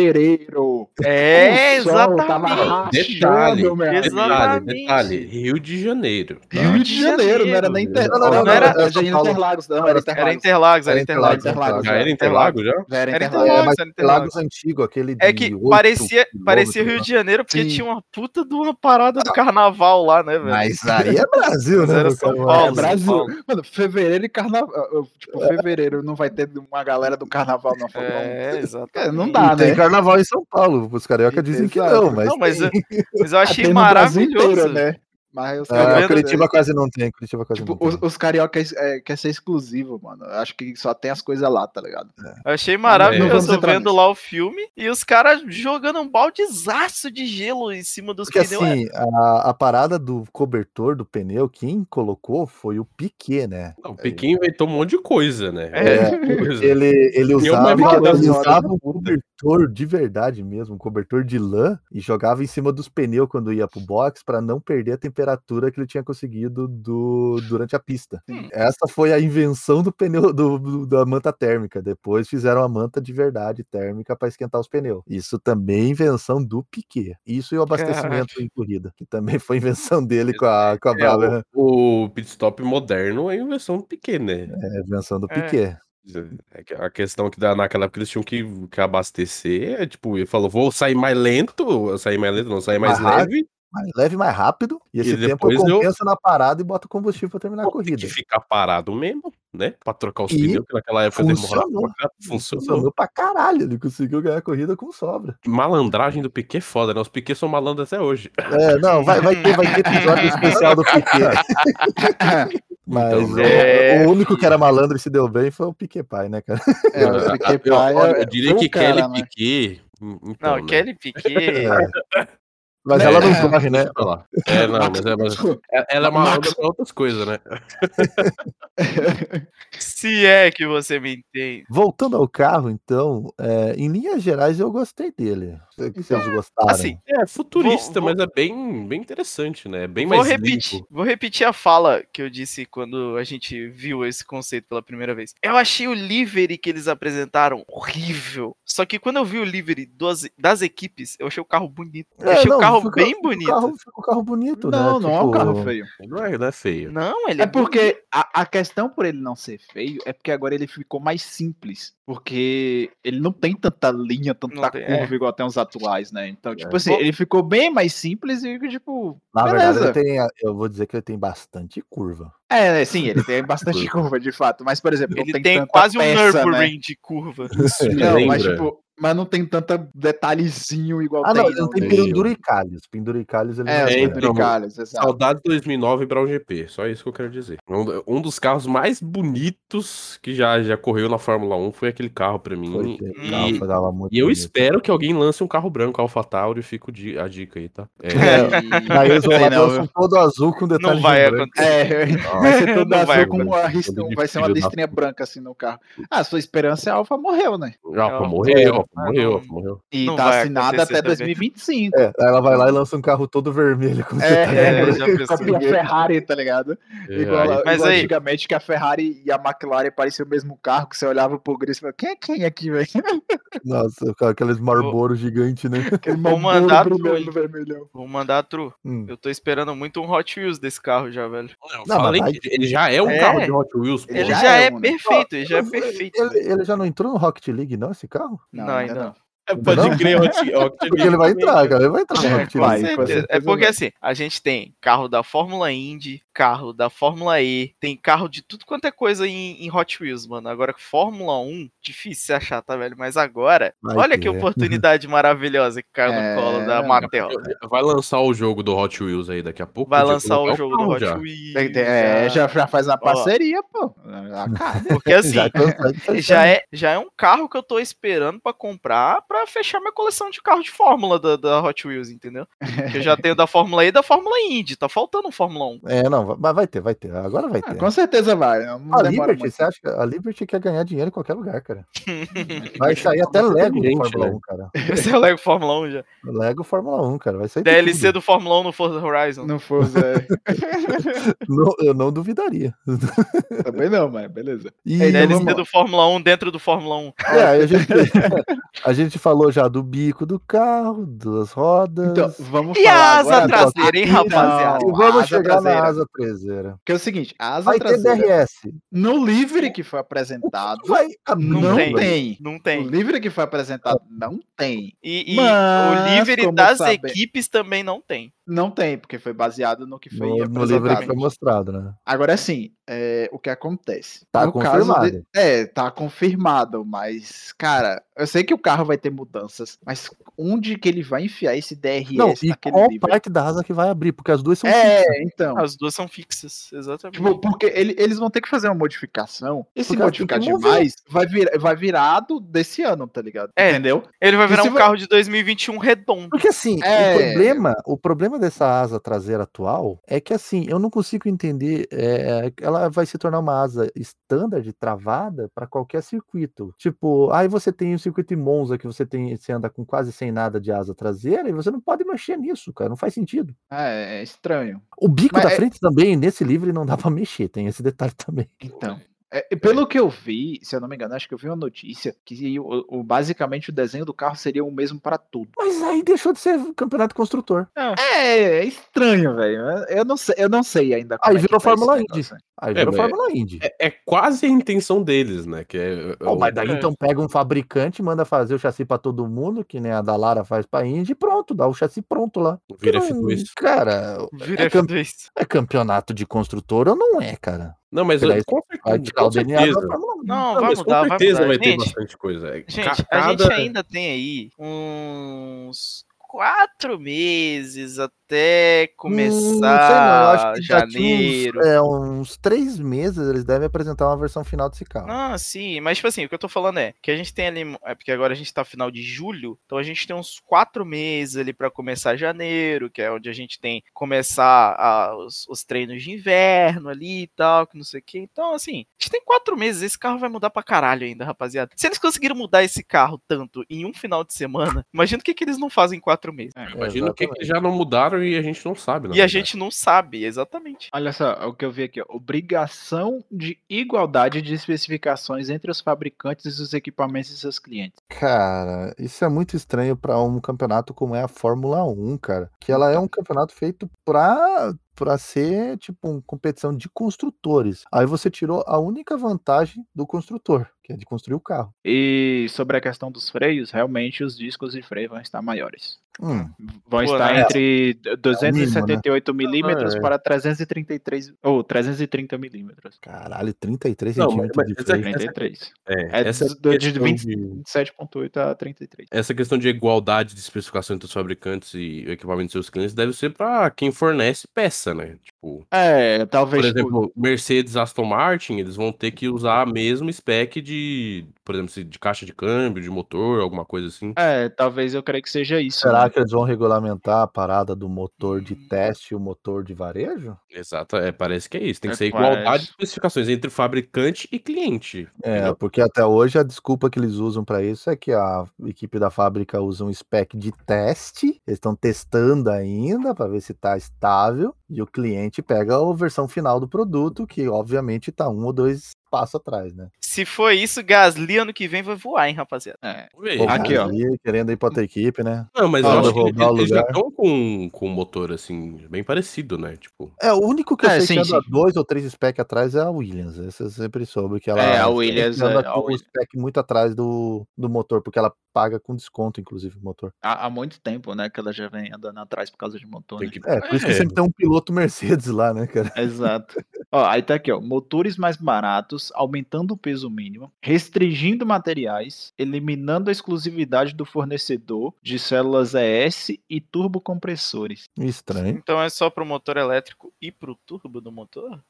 Speaker 4: fevereiro.
Speaker 5: É,
Speaker 4: O sol tava
Speaker 5: exatamente.
Speaker 4: rachando,
Speaker 3: Detalhe,
Speaker 4: meu amigo.
Speaker 3: Detalhe,
Speaker 5: Exatamente.
Speaker 3: detalhe, Rio de Janeiro. tá?
Speaker 4: é Rio de Janeiro, não era nem
Speaker 3: Janeiro.
Speaker 4: Interlagos.
Speaker 2: Não,
Speaker 5: não, não,
Speaker 4: era,
Speaker 2: era São Paulo.
Speaker 4: Interlagos, não, era
Speaker 2: Era-
Speaker 5: Era
Speaker 4: Interlagos.
Speaker 5: Interlagos, era
Speaker 2: Era
Speaker 5: Interlagos.
Speaker 2: Interlagos.
Speaker 3: Já era Interlagos já?
Speaker 4: Era
Speaker 5: Era
Speaker 4: Interlagos.
Speaker 2: É, mas
Speaker 5: Interlagos.
Speaker 2: Interlagos antigo, aquele
Speaker 5: É
Speaker 2: de
Speaker 5: que
Speaker 2: oito
Speaker 5: parecia,
Speaker 2: quilômetros, né?
Speaker 5: parecia Rio de Janeiro porque
Speaker 4: né? Sim. Ah.
Speaker 5: tinha uma puta de uma parada do carnaval lá, né, velho?
Speaker 2: Mas aí é Brasil, né?
Speaker 5: Era
Speaker 2: meu
Speaker 5: São
Speaker 2: cara?
Speaker 5: Paulo.
Speaker 4: É, Brasil. Mano, fevereiro e carnaval. eu- Tipo,
Speaker 2: É.
Speaker 4: fevereiro não vai ter uma galera do carnaval na Fórmula 1.
Speaker 5: É,
Speaker 4: É,
Speaker 5: exatamente.
Speaker 4: não
Speaker 2: E
Speaker 4: dá, né?
Speaker 2: tem carnaval em São Paulo. Os carioca dizem que
Speaker 4: Exato.
Speaker 2: não, mas.
Speaker 5: Não, mas,
Speaker 2: tem.
Speaker 5: eu, mas eu achei
Speaker 4: Ah, Tem no Brasil
Speaker 5: maravilhoso.
Speaker 4: inteiro, né? Mas os
Speaker 2: Ah,
Speaker 5: eu vendo-
Speaker 2: Curitiba quase não tem. Curitiba quase
Speaker 4: é Tipo,
Speaker 2: não tem.
Speaker 4: os, os cariocas é, quer ser exclusivo, mano. Eu Acho que só tem as coisas lá, tá ligado?
Speaker 5: Eu achei
Speaker 3: Não
Speaker 5: maravilhoso
Speaker 4: vamos
Speaker 5: eu
Speaker 4: entrar
Speaker 5: vendo
Speaker 4: nisso.
Speaker 5: lá o filme e os caras jogando um baldezaço de gelo em cima dos
Speaker 2: Porque
Speaker 4: é
Speaker 5: pneus.
Speaker 2: assim, a, a parada do cobertor do pneu, quem colocou foi o Piquet, né?
Speaker 3: Não, o Pequim inventou um monte de coisa, né?
Speaker 5: É.
Speaker 3: Coisa.
Speaker 2: Ele, ele
Speaker 3: Eu
Speaker 2: usava,
Speaker 3: mesmo que
Speaker 2: ele
Speaker 3: dançava.
Speaker 2: usava um cobertor de verdade mesmo, um cobertor de lã, e jogava em cima dos pneus quando ia pro box para não perder a temperatura que ele tinha conseguido do, durante a pista.
Speaker 5: Hum.
Speaker 2: Essa foi a invenção do pneu do, do- da manta térmica. Depois fizeram a manta de verdade térmica para esquentar os pneus. Isso também é invenção do Piquet. Isso e o abastecimento em corrida, que também foi invenção dele com a, né? com a
Speaker 3: É,
Speaker 2: Brabham.
Speaker 3: o, o pit stop moderno é invenção pequena, né?
Speaker 2: É, invenção do
Speaker 5: É.
Speaker 2: Piquet.
Speaker 3: É que A questão que dá naquela época eles tinham que, que abastecer, é, tipo, ele falou, vou sair mais lento, eu sair mais lento, não, sair mais
Speaker 2: Barraco,
Speaker 3: leve,
Speaker 2: mais leve, mais rápido. E esse tempo
Speaker 3: depois
Speaker 2: eu
Speaker 3: eu-
Speaker 2: compenso na parada e boto combustível pra terminar a
Speaker 3: tem
Speaker 2: corrida.
Speaker 3: que ficar parado mesmo, né? Pra trocar os
Speaker 2: E
Speaker 3: pneus, que naquela época demorava
Speaker 2: funcionou.
Speaker 3: pra caralho, funcionou.
Speaker 2: Funcionou pra caralho, ele conseguiu ganhar a corrida com sobra.
Speaker 3: Malandragem do Piquet é foda, né? Os Piquet são malandros até hoje.
Speaker 2: É, não, vai, vai ter, vai ter episódio especial do Piquet. Mas
Speaker 3: Então,
Speaker 2: o-
Speaker 5: é,
Speaker 2: o único que era malandro e se deu bem foi o Piquet Pai, né, cara?
Speaker 4: É,
Speaker 3: eu,
Speaker 4: eu fiquei
Speaker 3: eu-
Speaker 4: pai,
Speaker 3: olha, eu
Speaker 4: é-
Speaker 3: diria
Speaker 4: foi
Speaker 3: que
Speaker 4: o cara,
Speaker 3: Kelly
Speaker 4: né?
Speaker 3: Piquet. Então,
Speaker 5: Não,
Speaker 3: né?
Speaker 5: Kelly Piquet.
Speaker 2: Mas
Speaker 3: É.
Speaker 2: ela não corre, né?
Speaker 3: Deixa pra lá. É, não, mas, é, mas ela é malandra pra outras coisas, né?
Speaker 5: Se é que você me entende.
Speaker 2: Voltando ao carro, então, é, em linhas gerais eu gostei dele. Se- que Vocês gostaram?
Speaker 5: Assim,
Speaker 3: É futurista,
Speaker 5: Vou- vou-
Speaker 3: mas é bem, bem interessante, né? É bem
Speaker 5: vou
Speaker 3: mais
Speaker 5: repetir,
Speaker 3: limpo.
Speaker 5: vou repetir a fala que eu disse quando a gente viu esse conceito pela primeira vez. Eu achei o livery que eles apresentaram horrível. Só que quando eu vi o livery das, das equipes, eu achei o carro bonito. Eu
Speaker 2: É,
Speaker 5: achei
Speaker 2: não,
Speaker 5: o carro
Speaker 2: fica-
Speaker 5: bem
Speaker 2: fica
Speaker 5: bonito.
Speaker 2: O carro, fica um carro bonito, né?
Speaker 4: Não, não é
Speaker 2: Tipo,
Speaker 4: um carro feio.
Speaker 3: Não é, não é feio.
Speaker 5: Não, ele
Speaker 4: É porque a, a questão por ele não ser feio é porque agora ele ficou mais simples. Porque ele não tem tanta linha, tanta
Speaker 5: Não tem, é.
Speaker 4: curva igual até os atuais, né? Então,
Speaker 2: É.
Speaker 4: tipo assim,
Speaker 5: Bom-
Speaker 4: ele ficou bem mais simples e, tipo,
Speaker 2: Na verdade,
Speaker 4: beleza.
Speaker 2: ele tem, a- eu vou dizer que ele tem bastante curva.
Speaker 4: É, sim, ele tem bastante curva, de fato. Mas, por exemplo,
Speaker 5: Ele
Speaker 4: não tem,
Speaker 5: tem,
Speaker 4: tanta
Speaker 5: quase um
Speaker 4: peça, né?
Speaker 5: Nürburgring de curva.
Speaker 3: Isso me
Speaker 4: Não, mas
Speaker 3: É, lembra-
Speaker 4: tipo, mas não tem tanta detalhezinho igual
Speaker 2: Ah,
Speaker 4: tem.
Speaker 2: não, ele não tem
Speaker 3: tem.
Speaker 2: penduricalhos. Penduricalhos ele
Speaker 4: É,
Speaker 2: não
Speaker 4: os
Speaker 3: É,
Speaker 2: tem.
Speaker 3: então,
Speaker 4: penduricalhos, exato.
Speaker 3: Saudade 2009 Brown GP, só isso que eu quero dizer. Um, um dos carros mais bonitos que já, já correu na Fórmula 1 foi aquele carro pra mim.
Speaker 2: Foi,
Speaker 5: E-
Speaker 2: não, foi, dava muito
Speaker 3: E eu
Speaker 2: bonito.
Speaker 3: espero que alguém lance um carro branco, AlphaTauri, fica o di- a dica aí, tá? É,
Speaker 2: É, Daí os
Speaker 4: Sei não,
Speaker 2: roladores
Speaker 4: viu?
Speaker 2: são um todo azul com detalhes
Speaker 5: Não vai
Speaker 2: de branco.
Speaker 5: acontecer.
Speaker 4: É, vai ser todo
Speaker 3: Não vai,
Speaker 4: azul com uma,
Speaker 3: vai ser
Speaker 4: ristra-
Speaker 3: todo
Speaker 4: vai ser
Speaker 3: difícil
Speaker 4: uma
Speaker 3: da
Speaker 4: listrinha branca assim no carro. Ah, sua esperança é a Alfa morreu, né?
Speaker 3: Alfa
Speaker 5: Não,
Speaker 3: morreu,
Speaker 5: não,
Speaker 3: Alfa morreu,
Speaker 5: não.
Speaker 3: Alfa morreu.
Speaker 4: E
Speaker 5: Não
Speaker 4: tá
Speaker 5: vai
Speaker 4: assinada
Speaker 5: acontecer
Speaker 4: até
Speaker 5: também.
Speaker 4: 2025.
Speaker 2: É, aí ela vai lá e lança um carro todo vermelho com
Speaker 4: É,
Speaker 2: detalhes
Speaker 4: é,
Speaker 2: de branco.
Speaker 5: já
Speaker 4: Copia a
Speaker 5: percebi.
Speaker 4: Ferrari, tá ligado?
Speaker 3: É,
Speaker 4: igual
Speaker 3: aí-
Speaker 4: a-
Speaker 5: Mas
Speaker 4: igual
Speaker 5: aí-
Speaker 4: antigamente que a Ferrari e a McLaren pareciam o mesmo carro, que você olhava pro gris e falava, quem é quem aqui, velho?
Speaker 2: Nossa, com aqueles Marlboro gigante, né?
Speaker 4: Aquele
Speaker 5: Vou
Speaker 4: Marlboro
Speaker 5: mandar pro-
Speaker 4: brilhando vermelhão.
Speaker 5: Vou mandar true.
Speaker 2: Hum.
Speaker 5: Eu tô esperando muito um Hot Wheels desse carro já, velho.
Speaker 3: Não, eu
Speaker 2: Não,
Speaker 3: falei
Speaker 2: mas
Speaker 3: que ele já é um
Speaker 5: É.
Speaker 3: carro de Hot Wheels, pô.
Speaker 5: Ele
Speaker 4: Já
Speaker 5: já,
Speaker 4: é
Speaker 5: é,
Speaker 4: um, né?
Speaker 5: perfeito, ele já é
Speaker 2: Mas, eh,
Speaker 5: perfeito.
Speaker 2: Ele, ele já não entrou no Rocket League, não, esse carro?
Speaker 5: Não, ainda não.
Speaker 3: É, pode crer, Hot Hot
Speaker 2: Porque ele vai entrar, cara. Ele vai entrar no
Speaker 5: É,
Speaker 2: Rocket
Speaker 5: com
Speaker 4: vai,
Speaker 2: League.
Speaker 4: com
Speaker 5: certeza. É
Speaker 4: certeza
Speaker 5: porque
Speaker 4: vai.
Speaker 5: assim, a gente tem carro da Fórmula Indy, carro da Fórmula E, tem carro de tudo quanto é coisa em, em Hot Wheels, mano. Agora, Fórmula 1, difícil se achar, tá, velho? Mas agora,
Speaker 2: Vai
Speaker 5: olha que
Speaker 2: ter.
Speaker 5: oportunidade maravilhosa que caiu
Speaker 4: É,
Speaker 5: no colo da
Speaker 4: não,
Speaker 5: Mattel.
Speaker 3: Vai lançar o jogo do Hot Wheels aí daqui a pouco.
Speaker 5: Vai
Speaker 3: podia
Speaker 5: lançar
Speaker 3: colocar
Speaker 5: o jogo do
Speaker 3: carro
Speaker 5: Hot
Speaker 3: já.
Speaker 5: Wheels.
Speaker 4: Tem que ter- é, já, já faz uma parceria, pô. Ah,
Speaker 5: Porque assim,
Speaker 2: Já consegue fechar.
Speaker 5: já é, já é um carro que eu tô esperando pra comprar pra fechar minha coleção de carro de Fórmula da, da Hot Wheels, entendeu? Que eu já tenho da Fórmula E e da Fórmula Indy. Tá faltando um Fórmula 1.
Speaker 2: É, não, Não, mas vai ter, vai ter. Agora vai
Speaker 4: Ah,
Speaker 2: ter.
Speaker 4: com certeza vai. Não
Speaker 2: a
Speaker 4: demora
Speaker 2: Liberty,
Speaker 4: muito.
Speaker 2: você é acha que a Liberty quer ganhar dinheiro em qualquer lugar, cara. Vai sair até Lego
Speaker 3: Gente,
Speaker 2: do Fórmula
Speaker 3: né?
Speaker 2: 1, cara.
Speaker 5: Esse é o Lego Fórmula 1 já.
Speaker 2: Lego Fórmula 1, cara. Vai sair de
Speaker 5: DLC
Speaker 2: tudo.
Speaker 5: do Fórmula 1 no Forza Horizon.
Speaker 4: Não for, Zé.
Speaker 2: Não, eu não duvidaria.
Speaker 4: é, Também não, mas beleza.
Speaker 2: E
Speaker 4: É,
Speaker 5: DLC
Speaker 2: vamos-
Speaker 5: do Fórmula 1 dentro do Fórmula 1.
Speaker 2: é, a, gente, a gente falou já do bico do carro, das rodas. é
Speaker 4: Então, vamos
Speaker 5: E a
Speaker 4: falar
Speaker 5: asa
Speaker 4: agora da-
Speaker 5: traseira, hein,
Speaker 4: Não,
Speaker 5: rapaziada?
Speaker 2: e vamos
Speaker 4: asa
Speaker 2: chegar
Speaker 4: traseira.
Speaker 2: na asa traseira.
Speaker 4: Porque é o seguinte, a asa
Speaker 2: Vai ter
Speaker 4: traseira
Speaker 2: DRS.
Speaker 4: no livre que foi apresentado,
Speaker 2: Vai abrir,
Speaker 4: não,
Speaker 5: tem.
Speaker 4: tem.
Speaker 5: Não
Speaker 4: O
Speaker 5: tem.
Speaker 4: livre que foi apresentado não tem.
Speaker 5: E, e
Speaker 4: Mas,
Speaker 5: o livre
Speaker 4: como
Speaker 5: das
Speaker 4: sabe-
Speaker 5: equipes também não tem.
Speaker 4: Não tem, porque foi baseado no que foi
Speaker 2: No, no livro que
Speaker 4: apresentado.
Speaker 2: foi mostrado, né?
Speaker 4: Agora sim, é, o que acontece?
Speaker 2: Tá
Speaker 4: caso
Speaker 2: confirmado.
Speaker 4: de- é, tá confirmado, mas, cara, eu sei que o carro vai ter mudanças, mas onde que ele vai enfiar esse DRS
Speaker 2: Não, e
Speaker 4: naquele
Speaker 2: qual
Speaker 4: livre?
Speaker 2: parte da asa que vai abrir? Porque as duas são Ah.
Speaker 4: É, então.
Speaker 5: As duas são fixas, exatamente.
Speaker 4: Tipo, porque ele- eles vão ter que fazer uma modificação. E se
Speaker 2: Porque é assim,
Speaker 4: modificar
Speaker 2: tem que mover.
Speaker 4: demais, vai, vir, vai virado desse ano, tá ligado?
Speaker 5: É.
Speaker 4: Entendeu?
Speaker 5: Ele vai
Speaker 4: e
Speaker 5: virar
Speaker 4: se
Speaker 5: um
Speaker 4: vai-
Speaker 5: carro de 2021 redondo.
Speaker 2: Porque assim,
Speaker 4: É.
Speaker 2: o, problema, o problema dessa asa traseira atual é que assim, eu não consigo entender. é, ela vai se tornar uma asa standard travada para qualquer circuito. Tipo, aí você tem o circuito em Monza que você tem, você anda com quase sem nada de asa traseira e você não pode mexer nisso, cara. Não faz sentido.
Speaker 4: É, é estranho.
Speaker 2: O bico
Speaker 4: Mas
Speaker 2: da
Speaker 4: é-
Speaker 2: frente também, nesse livro, não dá para mexer, tem esse detalhe também.
Speaker 4: Então. é, e pelo que eu vi, se eu não me engano, acho que eu vi uma notícia que o, o- basicamente o desenho do carro seria o mesmo para tudo.
Speaker 2: Mas aí deixou de ser campeonato construtor.
Speaker 4: É, é estranho, velho. Eu não sei, eu não sei ainda. como
Speaker 2: Aí
Speaker 4: é que
Speaker 2: virou
Speaker 4: tá esse
Speaker 2: Fórmula
Speaker 4: negócio,
Speaker 2: Indy.
Speaker 4: né?
Speaker 2: Aí
Speaker 3: É,
Speaker 2: virou
Speaker 3: mas-
Speaker 2: Fórmula Indy.
Speaker 3: É, é quase a intenção deles, né? Que é, é
Speaker 2: Pô,
Speaker 3: o-
Speaker 2: mas daí
Speaker 5: é.
Speaker 2: então pega um fabricante, manda fazer o chassi pra todo mundo, que nem a da Lara faz pra Indy, e pronto, dá o chassi pronto lá. Que
Speaker 3: vira
Speaker 2: não-
Speaker 3: F2.
Speaker 2: Cara,
Speaker 5: Vira
Speaker 2: É cam-
Speaker 5: F2.
Speaker 2: é campeonato de construtor ou não é, cara?
Speaker 3: Não, mas
Speaker 2: Peraí,
Speaker 3: eu- com
Speaker 2: Vai
Speaker 3: certeza.
Speaker 2: tirar o
Speaker 3: Com
Speaker 2: DNA
Speaker 3: certeza,
Speaker 2: da Fórmula Hum, 1.
Speaker 5: Não,
Speaker 3: Não,
Speaker 5: vai
Speaker 3: mas
Speaker 5: mudar,
Speaker 3: com
Speaker 5: vai
Speaker 3: certeza
Speaker 5: mudar.
Speaker 3: vai ter
Speaker 5: Gente,
Speaker 3: bastante coisa. É,
Speaker 5: Gente,
Speaker 3: ca-
Speaker 5: a gente
Speaker 3: cada-
Speaker 5: ainda tem aí uns quatro meses até
Speaker 2: Hum,
Speaker 5: começar janeiro.
Speaker 2: tá Uns, é, uns três meses eles devem apresentar uma versão final desse carro.
Speaker 5: Ah, sim, mas tipo assim, o que eu tô falando é que a gente tem ali. É porque agora a gente tá final de julho, então a gente tem uns quatro meses ali pra começar janeiro, que é onde a gente tem começar ah, os, os treinos de inverno ali e tal, que não sei o que. Então, assim, a gente tem quatro meses, esse carro vai mudar pra caralho ainda, rapaziada. Se eles conseguiram mudar esse carro tanto em um final de semana, imagina o que, que eles não fazem em quatro meses.
Speaker 3: Imagina o que, que já não mudaram né? e a gente não sabe. na
Speaker 5: E a
Speaker 3: verdade.
Speaker 5: gente não sabe, exatamente.
Speaker 4: Olha só, o que eu vi aqui, ó. obrigação de igualdade de especificações entre os fabricantes e os equipamentos de seus clientes.
Speaker 2: Cara, isso é muito estranho pra um campeonato como é a Fórmula 1, cara. Que ela
Speaker 3: Então.
Speaker 2: é um campeonato feito pra para ser tipo uma competição de construtores. Aí você tirou a única vantagem do construtor, que é de construir o carro.
Speaker 4: E sobre a questão dos freios, realmente os discos de freio vão estar maiores.
Speaker 2: Hum,
Speaker 4: Vão
Speaker 5: Pô,
Speaker 4: estar
Speaker 5: né?
Speaker 4: entre 278
Speaker 3: Ah,
Speaker 4: milímetros
Speaker 3: é.
Speaker 4: para 333 ou 330 milímetros.
Speaker 2: caralho, 33
Speaker 3: Não, mas-
Speaker 2: centímetros de
Speaker 3: mas essa-
Speaker 2: freio.
Speaker 4: 33.
Speaker 3: É,
Speaker 4: É
Speaker 3: essa
Speaker 4: de- de
Speaker 3: questão
Speaker 4: 20
Speaker 3: de-
Speaker 4: 27.8 a 33.
Speaker 3: essa questão de igualdade de especificação entre os fabricantes e o equipamento de seus clientes deve ser para quem fornece peça, né? Tipo,
Speaker 4: É, talvez
Speaker 3: por
Speaker 4: tipo,
Speaker 3: exemplo, Mercedes, Aston Martin, eles vão ter que usar a mesma spec de, por exemplo, se- de caixa de câmbio, de motor, alguma coisa assim.
Speaker 4: É, talvez eu creio que seja isso.
Speaker 2: Será
Speaker 4: né?
Speaker 2: que eles vão regulamentar a parada do motor de
Speaker 5: Hum.
Speaker 2: teste e o motor de varejo?
Speaker 3: Exato, é, parece que é isso. Tem que
Speaker 4: É,
Speaker 3: ser
Speaker 4: parece.
Speaker 3: igualdade de especificações entre fabricante e cliente.
Speaker 2: É,
Speaker 3: entendeu?
Speaker 2: porque até hoje a desculpa que eles usam para isso é que a equipe da fábrica usa um spec de teste, eles estão testando ainda para ver se está estável, e o cliente pega a versão final do produto, que obviamente está um ou dois passos atrás, né?
Speaker 5: Se for isso, Gasly ano que vem vai voar, hein, rapaziada.
Speaker 4: É.
Speaker 3: Vamos ver.
Speaker 2: Pô,
Speaker 4: Aqui, ó.
Speaker 2: Gasly Querendo ir para outra equipe, né?
Speaker 3: Não, mas
Speaker 4: Ah,
Speaker 3: eu acho que
Speaker 2: vou
Speaker 3: eles,
Speaker 2: roubar o
Speaker 3: eles já
Speaker 2: lugar.
Speaker 3: estão com, com um motor, assim, bem parecido, né? Tipo,
Speaker 2: É, o único que eu
Speaker 4: É,
Speaker 2: sei
Speaker 4: sim,
Speaker 2: que anda
Speaker 4: sim.
Speaker 2: dois ou três spec atrás é a Williams. Essa eu sempre soube que ela
Speaker 4: É, a
Speaker 2: sempre
Speaker 4: Williams,
Speaker 2: anda
Speaker 4: é, a
Speaker 2: com o
Speaker 4: Williams.
Speaker 2: spec muito atrás do, do motor, porque ela paga com desconto, inclusive, o motor.
Speaker 4: Há, há muito tempo, né, que ela já vem andando atrás por causa de motor,
Speaker 3: tem
Speaker 4: né?
Speaker 3: que...
Speaker 2: É, por isso que
Speaker 3: É.
Speaker 2: sempre tem um piloto Mercedes lá, né, cara?
Speaker 4: Exato. Ó, aí tá aqui, ó. Motores mais baratos, aumentando o peso mínimo, restringindo materiais, eliminando a exclusividade do fornecedor de células ES e turbocompressores.
Speaker 2: Estranho.
Speaker 5: Então é só pro motor elétrico e pro turbo do motor?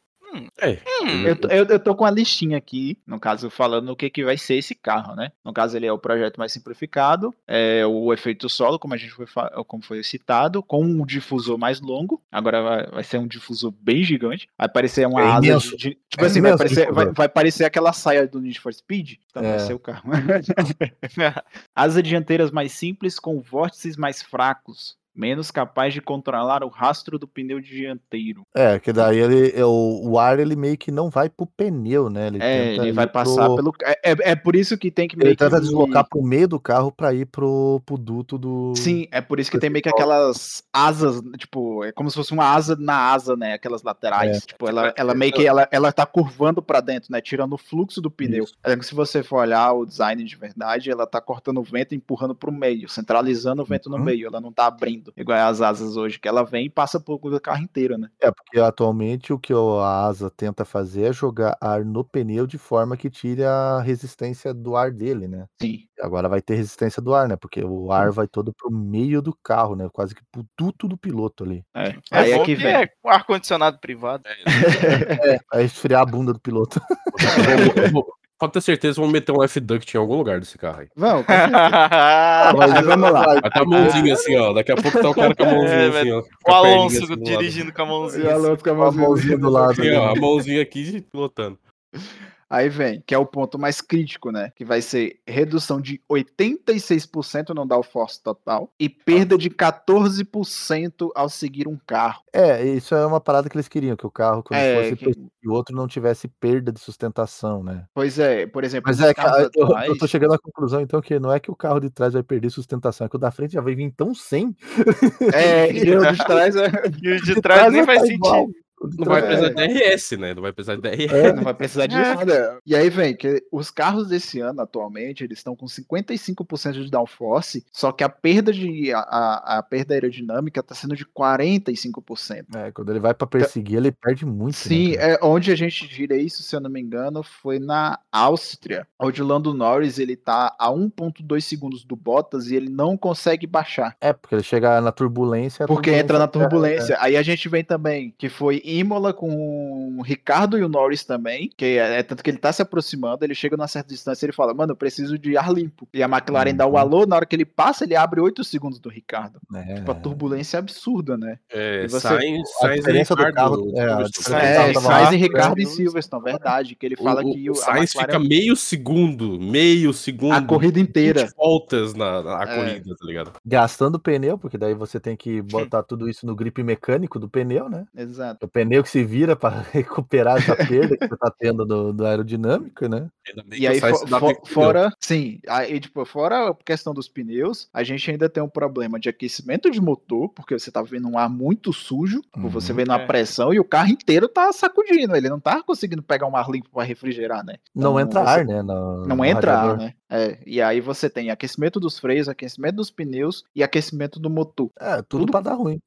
Speaker 3: É.
Speaker 5: Hum,
Speaker 4: Eu, tô- eu, eu tô com a listinha aqui, no caso, falando o que, que vai ser esse carro, né? No caso, ele é o projeto mais simplificado, é o efeito solo, como a gente foi, fa- como foi citado, com um difusor mais longo. Agora vai, vai ser um difusor bem gigante. Vai parecer uma
Speaker 2: É
Speaker 4: asa.
Speaker 2: imenso.
Speaker 4: de- de- tipo
Speaker 2: É
Speaker 4: assim, vai
Speaker 2: imenso
Speaker 4: parecer, vai,
Speaker 2: difusor.
Speaker 4: vai parecer aquela saia do Need for Speed. Então
Speaker 2: É.
Speaker 4: vai ser o carro. Asas dianteiras mais simples, com vórtices mais fracos. Menos capaz de controlar o rastro do pneu dianteiro.
Speaker 2: É, que daí ele, é o, o ar ele meio que não vai pro pneu, né? Ele,
Speaker 4: É,
Speaker 2: tenta
Speaker 4: ele
Speaker 2: ir
Speaker 4: vai passar
Speaker 2: pro-
Speaker 4: pelo. É, é- é por isso que tem que
Speaker 2: Ele
Speaker 4: meio que
Speaker 2: tenta
Speaker 4: ir-
Speaker 2: deslocar pro meio do carro pra ir pro, pro duto do.
Speaker 4: Sim, é por isso que tem meio que aquelas asas, tipo, é como se fosse uma asa na asa, né? Aquelas
Speaker 2: É.
Speaker 4: laterais. Tipo, ela, ela meio que ela, ela tá curvando pra dentro, né? Tirando o fluxo do pneu. É que se você for olhar o design de verdade, ela tá cortando o vento e empurrando pro meio, centralizando o vento no
Speaker 2: Uhum.
Speaker 4: meio. Ela não tá abrindo. Igual as asas hoje, que ela vem e passa por o carro inteiro, né?
Speaker 2: É, porque atualmente o que o- a asa tenta fazer é jogar ar no pneu de forma que tire a resistência do ar dele, né?
Speaker 4: Sim.
Speaker 2: Agora vai ter resistência do ar, né? Porque o ar vai todo pro meio do carro, né? Quase que pro duto do piloto ali.
Speaker 4: É.
Speaker 5: é
Speaker 4: Aí é
Speaker 5: bom
Speaker 4: que
Speaker 5: que
Speaker 4: vem.
Speaker 5: é com ar-condicionado privado.
Speaker 3: É,
Speaker 2: Vai esfriar a bunda do piloto.
Speaker 3: Vou- vou- Pode ter certeza vão meter um F-Duct em algum lugar desse carro aí.
Speaker 4: Vamos,
Speaker 2: Mas
Speaker 4: Aí vamos lá.
Speaker 2: vai-
Speaker 3: Vai tá a mãozinha assim, ó. Daqui a pouco tá o cara com a mãozinha
Speaker 5: É,
Speaker 3: assim, ó. com
Speaker 5: o
Speaker 3: a perninha
Speaker 5: Alonso
Speaker 3: assim do lado.
Speaker 5: dirigindo com a mãozinha. assim.
Speaker 2: com a mãozinha do lado.
Speaker 3: Assim,
Speaker 2: né?
Speaker 3: ó, a mãozinha aqui pilotando.
Speaker 4: Aí vem, que é o ponto mais crítico, né? Que vai ser redução de 86% no downforce total e perda de 14% ao seguir um carro.
Speaker 2: É, isso é uma parada que eles queriam, que o carro, quando
Speaker 4: É,
Speaker 2: fosse
Speaker 4: que-
Speaker 2: pro- e o outro não tivesse perda de sustentação, né?
Speaker 4: Pois é, por exemplo,
Speaker 2: Mas
Speaker 4: nos
Speaker 2: é que
Speaker 4: carros
Speaker 2: ah, eu, eu tô
Speaker 4: atuais-
Speaker 2: chegando à conclusão, então, que não é que o carro de trás vai perder sustentação, é que o da frente já vai vir tão sem.
Speaker 4: É, e o dos trás é-
Speaker 5: E o de trás nem vai
Speaker 2: tá
Speaker 5: sentir.
Speaker 2: igual. O de
Speaker 3: Não vai
Speaker 2: trás-
Speaker 3: precisar de DRS, né? Não vai precisar de DRS.
Speaker 2: É,
Speaker 4: não vai precisar disso. nada. né? E aí vem, que os carros desse ano, atualmente, eles estão com 55% de downforce, só que a perda de a, a- a perda aerodinâmica está sendo de 45%.
Speaker 2: é, quando ele vai pra perseguir, ele perde muito. né,
Speaker 4: Sim,
Speaker 2: cara?
Speaker 4: é, onde a gente gira isso, se eu não me engano, foi na Áustria, onde o Lando Norris ele tá a 1.2 segundos do Bottas e ele não consegue baixar,
Speaker 2: é. porque ele chega na turbulência. a
Speaker 4: porque entra na
Speaker 2: turbulência-
Speaker 4: turbulência. Aí a gente vem também, que foi Imola com o Ricardo e o Norris também, que é, é tanto que ele tá se aproximando, ele chega numa certa distância e ele fala, mano, eu preciso de ar limpo. E a McLaren dá o
Speaker 2: Uhum.
Speaker 4: alô, na hora que ele passa, ele abre 8 segundos do Ricardo.
Speaker 2: É,
Speaker 4: Tipo, a turbulência é absurda, né?
Speaker 3: É,
Speaker 4: E você-
Speaker 3: Sainz,
Speaker 2: a
Speaker 3: Sainz e
Speaker 2: diferença do
Speaker 3: Ricardo,
Speaker 2: carro- é, a diferença
Speaker 3: desculpa, desculpa.
Speaker 4: É,
Speaker 2: Ricardo
Speaker 4: e
Speaker 2: tava
Speaker 4: Sainz
Speaker 2: lá,
Speaker 4: e Ricardo e
Speaker 5: né?
Speaker 4: Silverstone, verdade, que ele fala
Speaker 3: o,
Speaker 4: que
Speaker 3: o,
Speaker 4: o,
Speaker 3: o
Speaker 4: a
Speaker 3: Sainz
Speaker 4: McLaren-
Speaker 3: fica meio segundo, meio segundo.
Speaker 4: a corrida
Speaker 3: 20
Speaker 4: inteira.
Speaker 3: voltas na, na
Speaker 4: É.
Speaker 3: corrida, tá ligado?
Speaker 2: Gastando pneu, porque daí você tem que botar tudo isso no grip mecânico do pneu, né?
Speaker 4: Exato.
Speaker 2: O pneu que se vira para recuperar essa perda que você tá tendo do, do aerodinâmico, né?
Speaker 3: Ainda bem
Speaker 4: E
Speaker 3: que o
Speaker 4: aí,
Speaker 3: Sainz
Speaker 4: fo-
Speaker 3: se dá
Speaker 4: fo-
Speaker 3: bem com o
Speaker 4: fora, sim, aí, tipo, fora a questão dos pneus, a gente ainda tem um problema de aquecimento de motor, porque você tá vendo um ar muito sujo, tipo, você
Speaker 2: Uhum.
Speaker 4: vê na
Speaker 5: É.
Speaker 4: pressão e o carro inteiro tá sacudindo, ele não tá conseguindo pegar um ar limpo pra refrigerar, né?
Speaker 2: não
Speaker 4: Então,
Speaker 2: entra
Speaker 4: você-
Speaker 2: ar, né? no-
Speaker 4: Não
Speaker 2: no
Speaker 4: entra ar,
Speaker 2: radiador.
Speaker 4: né? É, e aí você tem aquecimento dos freios, aquecimento dos pneus e aquecimento do motor.
Speaker 2: É, tudo,
Speaker 4: Tudo-
Speaker 2: pra dar ruim.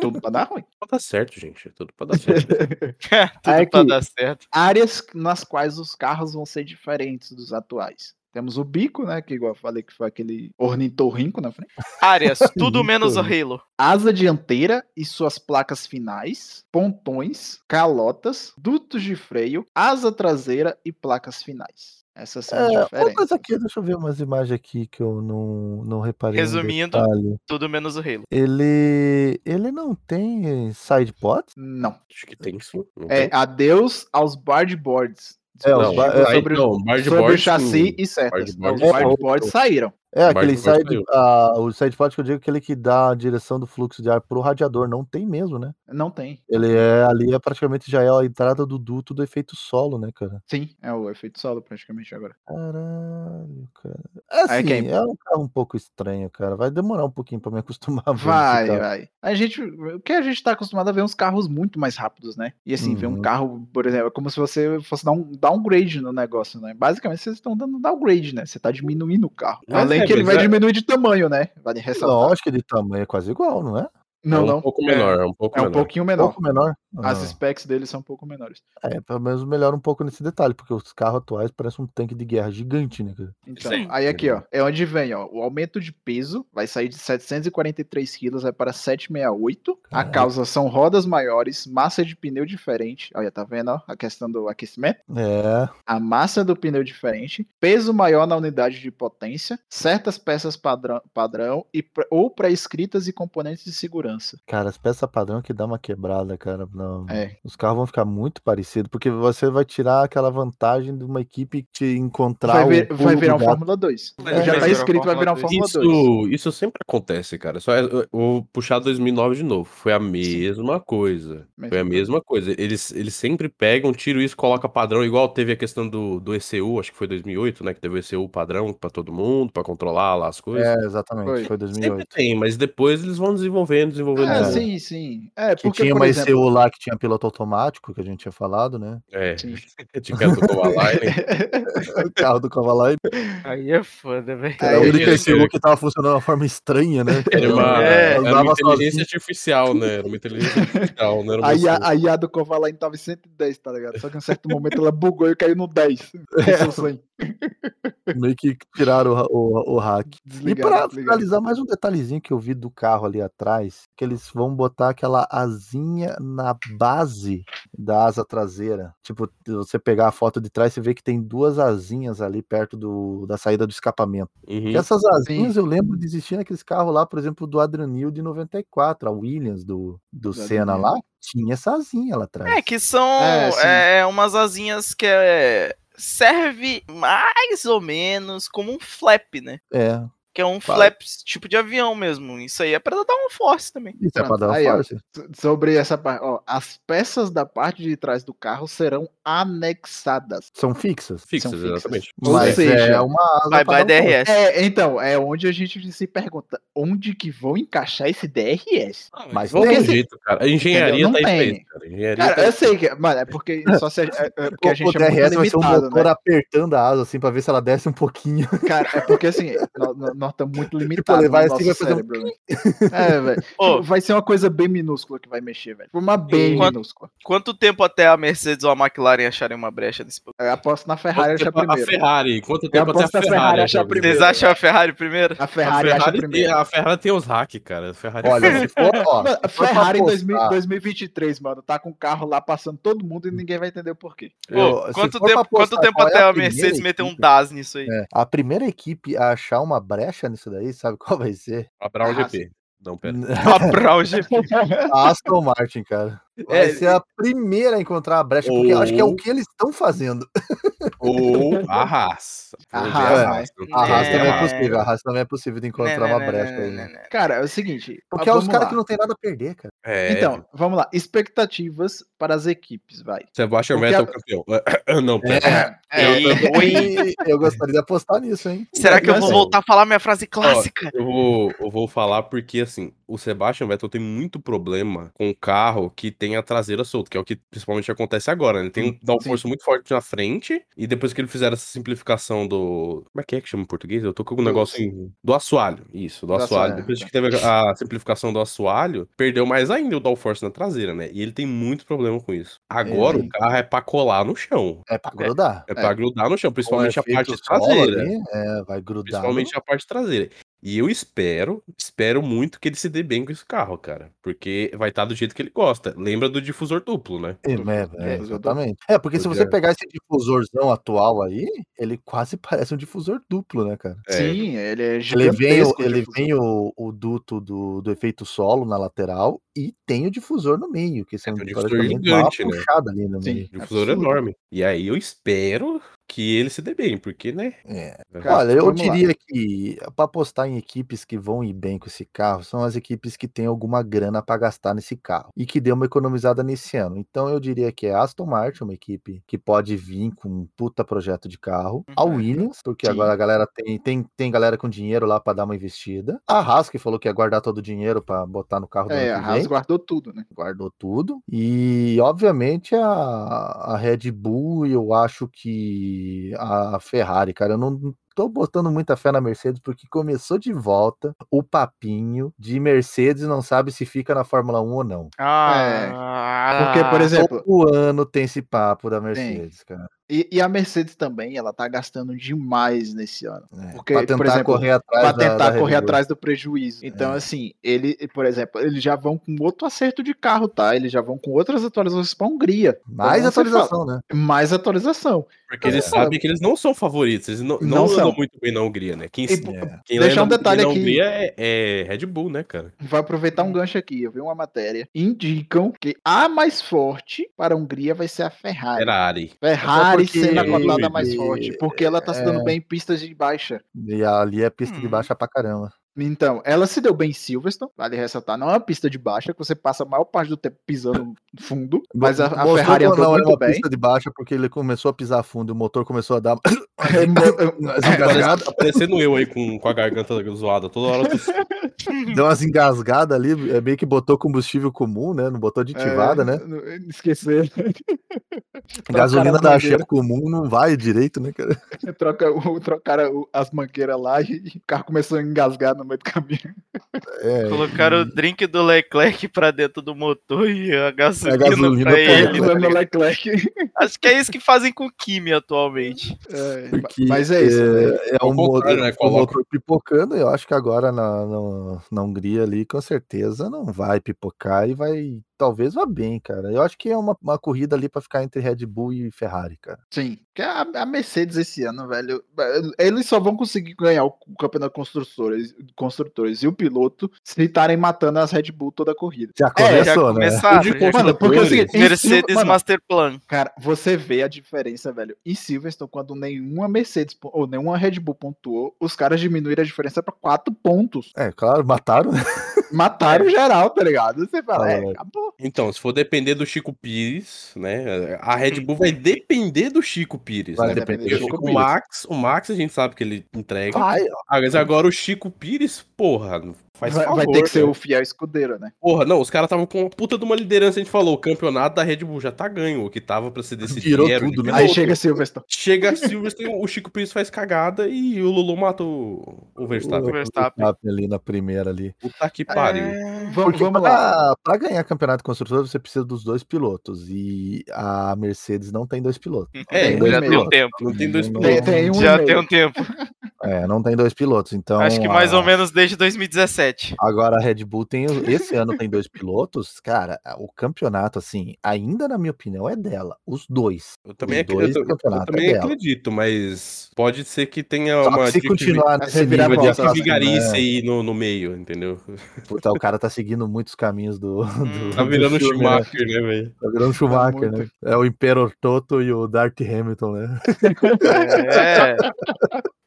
Speaker 4: Tudo pra dar ruim.
Speaker 3: Tudo pra dar certo, gente. é Tudo pra dar certo.
Speaker 5: Tudo
Speaker 4: Aí
Speaker 5: pra
Speaker 4: que-
Speaker 5: dar certo.
Speaker 4: áreas nas quais os carros vão ser diferentes dos atuais. Temos o bico, né? Que igual eu falei que foi aquele ornitorrinco na frente.
Speaker 5: Áreas, tudo menos o
Speaker 2: Isso.
Speaker 5: Halo.
Speaker 4: Asa dianteira e suas placas finais, pontões, calotas, dutos de freio, asa traseira e placas finais. Essas são as
Speaker 2: É, outras
Speaker 4: diferenças.
Speaker 2: aqui, deixa eu ver umas imagens aqui que eu não, não reparei. no
Speaker 5: Resumindo.
Speaker 2: detalhe.
Speaker 5: Tudo menos o Halo.
Speaker 2: ele ele não tem side pods?
Speaker 4: Não.
Speaker 3: Acho que tem sim. Não
Speaker 4: É,
Speaker 3: tem?
Speaker 4: adeus aos boardboards.
Speaker 2: Uhum. É, os
Speaker 3: Não,
Speaker 2: ba-
Speaker 4: Dispositivos
Speaker 3: aí
Speaker 4: sobre,
Speaker 3: não, board
Speaker 4: sobre o
Speaker 3: board,
Speaker 4: chassi
Speaker 3: sim.
Speaker 4: e setas.
Speaker 3: Boardboard,
Speaker 4: os
Speaker 2: sim.
Speaker 4: boardboards saíram.
Speaker 2: É,
Speaker 3: Mas
Speaker 2: aquele
Speaker 3: depois
Speaker 2: side,
Speaker 3: saiu.
Speaker 2: ah, o side pod que eu digo que ele que dá a direção do fluxo de ar pro radiador, não tem mesmo, né?
Speaker 4: Não tem.
Speaker 2: Ele é ali, é praticamente já é a entrada do duto do efeito solo, né, cara?
Speaker 4: Sim, é o efeito solo praticamente agora.
Speaker 2: Caralho, cara. É assim,
Speaker 4: Aí quem-
Speaker 2: é um carro um pouco estranho, cara. Vai demorar um pouquinho pra me acostumar a ver esse
Speaker 4: Vai,
Speaker 2: carro.
Speaker 4: vai. A gente, o que a gente tá acostumado a ver uns carros muito mais rápidos, né? E assim, ver um
Speaker 2: Uhum.
Speaker 4: carro, por exemplo, é como se você fosse dar um downgrade no negócio, né? Basicamente, vocês estão dando downgrade, né? Você tá diminuindo o carro.
Speaker 3: Mas
Speaker 4: Além
Speaker 3: é,
Speaker 4: que ele
Speaker 3: mas
Speaker 4: vai
Speaker 3: é-
Speaker 4: diminuir de tamanho, né? Vale
Speaker 2: Não,
Speaker 4: ressaltar.
Speaker 2: acho que de tamanho é quase igual, não é?
Speaker 4: Não,
Speaker 3: é um
Speaker 4: não.
Speaker 3: pouco menor, é um pouco
Speaker 4: É um
Speaker 3: menor.
Speaker 4: pouquinho
Speaker 2: Um
Speaker 4: menor.
Speaker 2: pouco menor.
Speaker 4: As specs deles são um pouco menores.
Speaker 2: É, pelo menos melhora um pouco nesse detalhe, porque os carros atuais parecem um tanque de guerra gigante, né? cara?
Speaker 4: Então,
Speaker 5: Sim.
Speaker 4: aí aqui, ó, é onde vem, ó, o aumento de peso vai sair de 743 quilos é para 768. A
Speaker 2: Caraca.
Speaker 4: causa são rodas maiores, massa de pneu diferente. Olha, tá vendo, ó, a questão do aquecimento?
Speaker 2: É.
Speaker 4: a massa do pneu diferente, peso maior na unidade de potência, certas peças padrão, padrão e, pr- ou pré-escritas e componentes de segurança.
Speaker 2: Cara, as peças padrão é que dá uma quebrada, cara. Não.
Speaker 4: É.
Speaker 2: Os carros vão ficar muito parecidos, porque você vai tirar aquela vantagem de uma equipe te encontrar.
Speaker 4: Vai,
Speaker 2: o
Speaker 4: vir-
Speaker 2: pulo
Speaker 4: vai
Speaker 2: do
Speaker 4: virar um
Speaker 2: gato.
Speaker 4: Fórmula 2.
Speaker 5: Vai
Speaker 4: Já
Speaker 5: virar
Speaker 4: tá
Speaker 5: um
Speaker 4: escrito, vai virar um
Speaker 5: Fórmula
Speaker 4: Fórmula 2.
Speaker 3: Isso, isso sempre acontece, cara. Só é- eu vou puxar 2009 de novo. Foi a mesma coisa. Foi a mesma coisa. Eles, eles sempre pegam, tiram isso, coloca padrão, igual teve a questão do, do ECU, acho que foi 2008, né? Que teve o ECU padrão pra todo mundo, pra controlar lá as coisas.
Speaker 2: É, exatamente. Foi,
Speaker 4: Foi.
Speaker 3: Sempre
Speaker 2: 2008.
Speaker 3: tem, mas depois eles vão desenvolvendo, desenvolvendo.
Speaker 4: É,
Speaker 2: Verdade.
Speaker 3: desenvolvendo.
Speaker 4: sim, sim. É,
Speaker 2: Que
Speaker 4: porque,
Speaker 2: tinha
Speaker 4: por
Speaker 2: uma
Speaker 4: exemplo...
Speaker 2: ECU lá que tinha piloto automático, que a gente tinha falado, né?
Speaker 3: É,
Speaker 4: Sim.
Speaker 3: de Gato Kovalainen.
Speaker 2: O carro do Cavalain.
Speaker 5: Aí é foda, velho.
Speaker 2: Era a
Speaker 4: Aí,
Speaker 2: única
Speaker 3: gente,
Speaker 2: ECU que tava funcionando de uma forma estranha, né?
Speaker 3: Era uma,
Speaker 5: É,
Speaker 3: era uma
Speaker 2: andava
Speaker 3: inteligência
Speaker 2: sozinho.
Speaker 3: artificial, né? Era uma inteligência artificial, não era uma
Speaker 4: Aí a,
Speaker 3: pessoa.
Speaker 4: a IA do Kovalainen tava em 110, tá ligado? Só que em um certo momento ela bugou e caiu no 10.
Speaker 2: É.
Speaker 4: Isso, sim.
Speaker 2: Meio que tiraram o, o, o hack. E
Speaker 4: Desligaram,
Speaker 2: pra
Speaker 4: desligaram.
Speaker 2: finalizar, mais um detalhezinho que eu vi do carro ali atrás, que eles vão botar aquela asinha na base da asa traseira. Tipo, você pegar a foto de trás, você vê que tem duas asinhas ali perto do, da saída do escapamento.
Speaker 3: Uhum.
Speaker 2: Que essas asinhas eu lembro de existir naqueles carros lá, por exemplo, do Adranil de 94, a Williams do, do
Speaker 4: Da
Speaker 2: Senna
Speaker 4: Adranil.
Speaker 2: lá, tinha essa asinha lá atrás.
Speaker 5: É, que são
Speaker 4: É, sim.
Speaker 5: é, umas asinhas que é, serve mais ou menos como um flap, né?
Speaker 2: É.
Speaker 5: Que é um
Speaker 2: Fala.
Speaker 5: flap tipo de avião mesmo. Isso aí é pra dar um force também.
Speaker 2: Isso é pra
Speaker 4: Pronto,
Speaker 2: dar
Speaker 4: aí, ó.
Speaker 2: força.
Speaker 4: So- Sobre essa parte, ó, as peças da parte de trás do carro serão anexadas.
Speaker 2: São fixas.
Speaker 3: Fixas,
Speaker 4: fixas.
Speaker 3: exatamente. Então, assim,
Speaker 4: Ou
Speaker 2: Mas
Speaker 4: seja,
Speaker 2: é uma asa
Speaker 5: Bye
Speaker 2: pra
Speaker 5: bye
Speaker 2: dar um
Speaker 5: DRS.
Speaker 4: É, então, é onde a gente se pergunta, onde que vão encaixar esse DRS?
Speaker 3: Ah,
Speaker 2: Mas
Speaker 3: vão
Speaker 2: tem.
Speaker 3: ter jeito, cara. A engenharia tá
Speaker 4: Entendeu? Não
Speaker 3: aí pra
Speaker 4: tem.
Speaker 3: isso, cara. A engenharia tá
Speaker 4: Cara,
Speaker 3: aí
Speaker 4: eu sei que, mano, é porque só se a, é- é porque a
Speaker 2: o
Speaker 4: gente é muito
Speaker 2: DRS vai ser um
Speaker 4: limitado,
Speaker 2: motor
Speaker 4: né?
Speaker 2: apertando a asa, assim, pra ver se ela desce um pouquinho.
Speaker 4: Cara, é porque assim, nó- nó- nós estamos muito limitados
Speaker 2: levar
Speaker 4: no
Speaker 2: assim,
Speaker 4: nosso
Speaker 2: vai fazer um
Speaker 4: cérebro. velho. É, velho.
Speaker 5: Ô.
Speaker 4: Tipo, vai ser uma coisa bem minúscula que vai mexer, velho. Uma bem
Speaker 5: Enquanto-
Speaker 4: minúscula.
Speaker 5: Quanto tempo até a Mercedes ou a McLaren acharem uma brecha nesse ponto?
Speaker 4: Eu É, aposto na
Speaker 3: Quanto
Speaker 4: Ferrari achar
Speaker 3: tempo a
Speaker 4: primeiro.
Speaker 3: Ferrari, quanto tempo até a
Speaker 4: aposto a
Speaker 3: Ferrari,
Speaker 4: Ferrari
Speaker 3: acha
Speaker 4: achar
Speaker 3: primeiro.
Speaker 5: Vocês
Speaker 4: primeiro.
Speaker 5: acham a Ferrari primeiro?
Speaker 4: A
Speaker 3: A
Speaker 4: Ferrari, acha
Speaker 3: Ferrari, tem,
Speaker 4: primeiro.
Speaker 3: a Ferrari tem os hack, cara. A Ferrari
Speaker 2: Olha, se for, ó,
Speaker 4: Mano,
Speaker 2: se for pra
Speaker 4: Ferrari em 2000
Speaker 2: apostar,
Speaker 4: 2023, mano, tá com o carro lá passando todo mundo e ninguém vai entender o porquê.
Speaker 5: Pô,
Speaker 2: eu- se
Speaker 5: quanto
Speaker 2: for pra
Speaker 5: tempo, quanto
Speaker 2: apostar
Speaker 5: tempo
Speaker 2: qual é
Speaker 5: até
Speaker 2: a
Speaker 5: a Mercedes
Speaker 2: primeira
Speaker 5: meter um
Speaker 2: equipe?
Speaker 5: DAS nisso aí?
Speaker 2: é, a primeira equipe a achar uma brecha nisso daí, sabe qual vai ser?
Speaker 3: A Brown
Speaker 4: Arrasa.
Speaker 3: GP. Não, pera.
Speaker 5: A Brown GP.
Speaker 2: A Aston Martin, cara. Vai
Speaker 5: É,
Speaker 2: ser a primeira a encontrar a brecha, porque eu acho que é o que eles estão fazendo.
Speaker 3: Ou a Haas.
Speaker 4: A
Speaker 3: Vamos ver
Speaker 4: Haas,
Speaker 3: Haas.
Speaker 2: A Haas
Speaker 5: É.
Speaker 2: também é possível, a Haas também é possível de encontrar uma brecha aí. né?
Speaker 4: Cara, é o seguinte.
Speaker 2: Porque é
Speaker 4: ó,
Speaker 2: os
Speaker 4: vamos
Speaker 2: caras
Speaker 4: lá.
Speaker 2: que não tem nada a perder, cara.
Speaker 3: É,
Speaker 4: Então, vamos lá. Expectativas para as equipes, vai.
Speaker 3: Sebastian
Speaker 4: porque
Speaker 3: Vettel é
Speaker 4: a-
Speaker 3: campeão. Não, pera.
Speaker 5: É,
Speaker 2: eu, também-
Speaker 5: oi.
Speaker 2: eu gostaria de apostar nisso, hein?
Speaker 5: Será que eu
Speaker 4: Mas,
Speaker 5: vou
Speaker 4: assim,
Speaker 5: voltar a falar minha frase clássica?
Speaker 3: Eu vou, eu vou falar porque, assim, o Sebastian Vettel tem muito problema com carro que tem a traseira solta, que é o que principalmente acontece agora. né? Ele tem um downforce muito forte na frente, e depois que ele fizer essa simplificação do. Como é que é que chama em português? Eu tô com um
Speaker 4: Do-
Speaker 3: negócio em- do assoalho. Isso, do,
Speaker 4: Do
Speaker 3: assoalho.
Speaker 4: assoalho,
Speaker 3: Depois
Speaker 4: tá.
Speaker 3: que teve a simplificação do assoalho, perdeu mais ainda o downforce na traseira, né? E ele tem muito problema com isso. Agora
Speaker 2: Ele-
Speaker 3: o carro é pra colar no chão.
Speaker 2: É pra grudar.
Speaker 3: É pra grudar no chão, principalmente a
Speaker 2: Com efeito
Speaker 3: parte
Speaker 2: solo
Speaker 3: traseira.
Speaker 2: ali, é, vai grudar. no-
Speaker 3: Principalmente a parte traseira. E eu espero, espero muito que ele se dê bem com esse carro, cara. Porque vai estar do jeito que ele gosta. Lembra do difusor duplo, né?
Speaker 2: É, é, é,
Speaker 4: difusor
Speaker 2: exatamente. É, porque se
Speaker 3: Porque-
Speaker 2: você pegar esse difusorzão atual aí, ele quase parece um difusor duplo, né, cara?
Speaker 4: Sim, ele é
Speaker 2: Ele
Speaker 4: gigantesco.
Speaker 2: vem, o,
Speaker 4: de
Speaker 2: ele
Speaker 4: fusão.
Speaker 2: vem o, o duto do, do efeito solo na lateral e tem o difusor no meio, que são
Speaker 3: tem um difusor
Speaker 2: teoricamente dá
Speaker 3: gigante,
Speaker 2: uma
Speaker 3: né?
Speaker 2: puxada ali no
Speaker 4: Sim.
Speaker 2: meio.
Speaker 3: Um difusor
Speaker 4: absurdo.
Speaker 3: enorme. E aí eu espero que ele se dê bem, porque, né?
Speaker 2: É.
Speaker 4: Cara,
Speaker 2: Olha, eu
Speaker 4: vamos lá.
Speaker 2: diria que pra apostar em equipes que vão ir bem com esse carro, são as equipes que têm alguma grana pra gastar nesse carro e que deu uma economizada nesse ano. Então eu diria que é a Aston Martin, uma equipe que pode vir com um puta projeto de carro. A Williams, porque
Speaker 4: Uhum. Sim.
Speaker 2: agora a galera tem, tem, tem galera com dinheiro lá pra dar uma investida. A Haas, que falou que ia guardar todo o dinheiro pra botar no carro do
Speaker 4: É, a
Speaker 2: ano que
Speaker 4: Haas
Speaker 2: vem.
Speaker 4: guardou tudo, né?
Speaker 2: Guardou tudo. E, obviamente, a, a Red Bull, eu acho que a Ferrari, cara, eu não tô botando muita fé na Mercedes porque começou de volta o papinho de Mercedes não sabe se fica na Fórmula 1 ou não.
Speaker 5: Ah,
Speaker 4: Porque, por exemplo,
Speaker 2: Todo ano tem esse papo da Mercedes, cara.
Speaker 4: e, e a Mercedes também, ela tá gastando demais nesse ano.
Speaker 2: É,
Speaker 4: Porque,
Speaker 2: pra tentar
Speaker 4: por exemplo,
Speaker 2: correr atrás
Speaker 4: Pra
Speaker 2: da-
Speaker 4: tentar
Speaker 2: da
Speaker 4: correr
Speaker 2: Red Bull. É.
Speaker 4: atrás do prejuízo. Então, assim, ele, por exemplo, eles já vão com outro acerto de carro, tá? Eles já vão com outras atualizações pra Hungria.
Speaker 2: Mais
Speaker 4: Como você
Speaker 2: atualização, né?
Speaker 4: Mais atualização.
Speaker 3: Porque eles sabem que eles não são favoritos, eles não, não,
Speaker 4: é. Não
Speaker 3: andam
Speaker 4: são.
Speaker 3: muito bem na Hungria, né? Quem,
Speaker 4: E
Speaker 3: quem
Speaker 2: É.
Speaker 4: deixar um
Speaker 3: anda
Speaker 4: detalhe
Speaker 3: bem na
Speaker 4: aqui.
Speaker 3: Hungria é, é Red Bull, né, cara?
Speaker 4: Vou aproveitar
Speaker 2: Hum.
Speaker 4: um gancho aqui. Eu vi uma matéria. Indicam que a mais forte para a Hungria vai ser a Ferrari.
Speaker 3: Ferrari.
Speaker 4: É Ferrari
Speaker 2: Até porque- É.
Speaker 4: sendo a cotada mais
Speaker 2: E-
Speaker 4: forte, porque ela tá se dando bem em pistas de baixa.
Speaker 2: E ali é pista de
Speaker 5: Hum.
Speaker 2: baixa pra caramba.
Speaker 4: Então, ela se deu bem em Silverstone, vale ressaltar, não é uma pista de baixa, que você passa a maior parte do tempo pisando no fundo, mas a, a
Speaker 2: Mostrou
Speaker 4: Ferrari
Speaker 2: quando
Speaker 4: andou
Speaker 2: não era
Speaker 4: muito
Speaker 2: uma
Speaker 4: bem.
Speaker 2: pista de baixa porque ele começou a pisar fundo e o motor começou a dar. É, assim,
Speaker 3: Parece- Tá parecendo eu aí com, com a garganta zoada toda hora. tossindo.
Speaker 2: Deu umas engasgadas ali, é meio que botou combustível comum, né? Não botou aditivada, né?
Speaker 4: né? Esquecer.
Speaker 2: Gasolina
Speaker 4: cara,
Speaker 2: da
Speaker 4: doideira.
Speaker 2: Shell comum não vai direito, né, cara?
Speaker 4: Troca, o- trocaram o- as mangueiras lá e o carro começou a engasgar no meio do caminho.
Speaker 2: É,
Speaker 5: Colocaram o drink do Leclerc pra dentro do motor e a gasolina,
Speaker 2: gasolina
Speaker 5: pra
Speaker 2: pra
Speaker 5: ele.
Speaker 2: ele.
Speaker 5: tá
Speaker 4: Dando
Speaker 5: ligado?
Speaker 4: Leclerc.
Speaker 5: Acho que é isso que fazem com o Kimi atualmente.
Speaker 4: É,
Speaker 2: porque
Speaker 4: mas é isso. né?
Speaker 2: É,
Speaker 3: Ao
Speaker 2: um motor,
Speaker 3: contrário, né?
Speaker 2: é um
Speaker 3: Coloca-
Speaker 2: motor pipocando, eu acho que agora na, na, na Hungria ali, com certeza, não vai pipocar e vai. Talvez vá bem, cara. Eu acho que é uma, uma corrida ali pra ficar entre Red Bull e Ferrari, cara.
Speaker 4: Sim, porque a, a Mercedes esse ano, velho, eles só vão conseguir ganhar o campeonato construtores, construtores e o piloto se estarem matando as Red Bull toda a corrida.
Speaker 2: Já
Speaker 4: É,
Speaker 5: já
Speaker 2: começou, né?
Speaker 5: começaram.
Speaker 3: Onde
Speaker 5: já-
Speaker 3: começou?
Speaker 4: Mano, porque é o seguinte, em
Speaker 5: Mercedes
Speaker 4: Silver- mano,
Speaker 5: Master Plan.
Speaker 4: cara, você vê a diferença, velho. Em Silverstone, quando nenhuma Mercedes pon- ou nenhuma Red Bull pontuou, os caras diminuíram a diferença pra 4 pontos.
Speaker 2: É, claro, mataram, né?
Speaker 4: Mataram geral, tá ligado? Você fala,
Speaker 2: Ah,
Speaker 4: é,
Speaker 2: velho.
Speaker 4: acabou.
Speaker 3: Então, se for depender do Chico Pires, né? A Red Bull vai depender do Chico Pires,
Speaker 2: Vai
Speaker 3: né?
Speaker 2: depender
Speaker 4: do
Speaker 3: Porque
Speaker 4: Chico
Speaker 3: o
Speaker 4: Pires.
Speaker 3: Max, o Max a gente sabe que ele entrega.
Speaker 2: Vai,
Speaker 3: Ah, mas agora o Chico Pires, porra, faz
Speaker 4: vai, vai
Speaker 3: favor,
Speaker 4: ter que ser
Speaker 3: né?
Speaker 4: o fiel escudeiro, né?
Speaker 3: Porra, não, os caras estavam com uma puta de uma liderança, a gente falou, o campeonato da Red Bull já tá ganho, o que tava pra ser decidido.
Speaker 2: Virou
Speaker 3: era de
Speaker 2: tudo, né?
Speaker 3: piloto.
Speaker 4: Aí chega Silverstone.
Speaker 3: Chega a Silverstone, o Chico Pires faz cagada e o Lulu mata o, o Verstappen.
Speaker 5: O- Verstappen.
Speaker 2: Verstappen ali na primeira ali.
Speaker 3: Puta que pariu.
Speaker 4: Vamos,
Speaker 2: Porque
Speaker 4: vamos lá.
Speaker 2: pra, pra ganhar campeonato construtor, você precisa dos dois pilotos. E a Mercedes não tem dois pilotos.
Speaker 3: É,
Speaker 4: tem dois
Speaker 5: já tem um
Speaker 4: pilotos.
Speaker 5: tempo.
Speaker 3: Não tem dois
Speaker 2: Não-
Speaker 4: Tem,
Speaker 3: pilotos.
Speaker 4: tem um
Speaker 5: Já
Speaker 4: e-mail.
Speaker 5: tem um tempo.
Speaker 2: É, não tem dois pilotos. Então.
Speaker 5: Acho que mais
Speaker 2: a-
Speaker 5: ou menos desde 2017.
Speaker 2: Agora a Red Bull tem os- esse ano tem dois pilotos, cara. O campeonato assim, ainda na minha opinião é dela, os dois.
Speaker 3: Eu também,
Speaker 2: Os
Speaker 3: ac- eu
Speaker 2: dois
Speaker 3: ta- eu
Speaker 2: campeonatos é
Speaker 3: também
Speaker 2: dela.
Speaker 3: acredito, mas pode ser que tenha
Speaker 2: Só
Speaker 3: uma
Speaker 2: que se
Speaker 3: divi-
Speaker 2: continuar nesse nível
Speaker 4: virar
Speaker 2: de
Speaker 3: um
Speaker 4: volta,
Speaker 2: afastamento,
Speaker 3: vigarice
Speaker 2: né?
Speaker 3: aí no, no meio, entendeu?
Speaker 2: Puta, o cara tá seguindo muitos caminhos do,
Speaker 5: Hum.
Speaker 2: do-
Speaker 3: Tá
Speaker 2: do
Speaker 3: virando
Speaker 2: filme, né?
Speaker 3: Schumacher, né, velho?
Speaker 2: Tá virando Schumacher,
Speaker 4: muito.
Speaker 2: né? É o Impero Toto e o Dart Hamilton, né?
Speaker 5: É.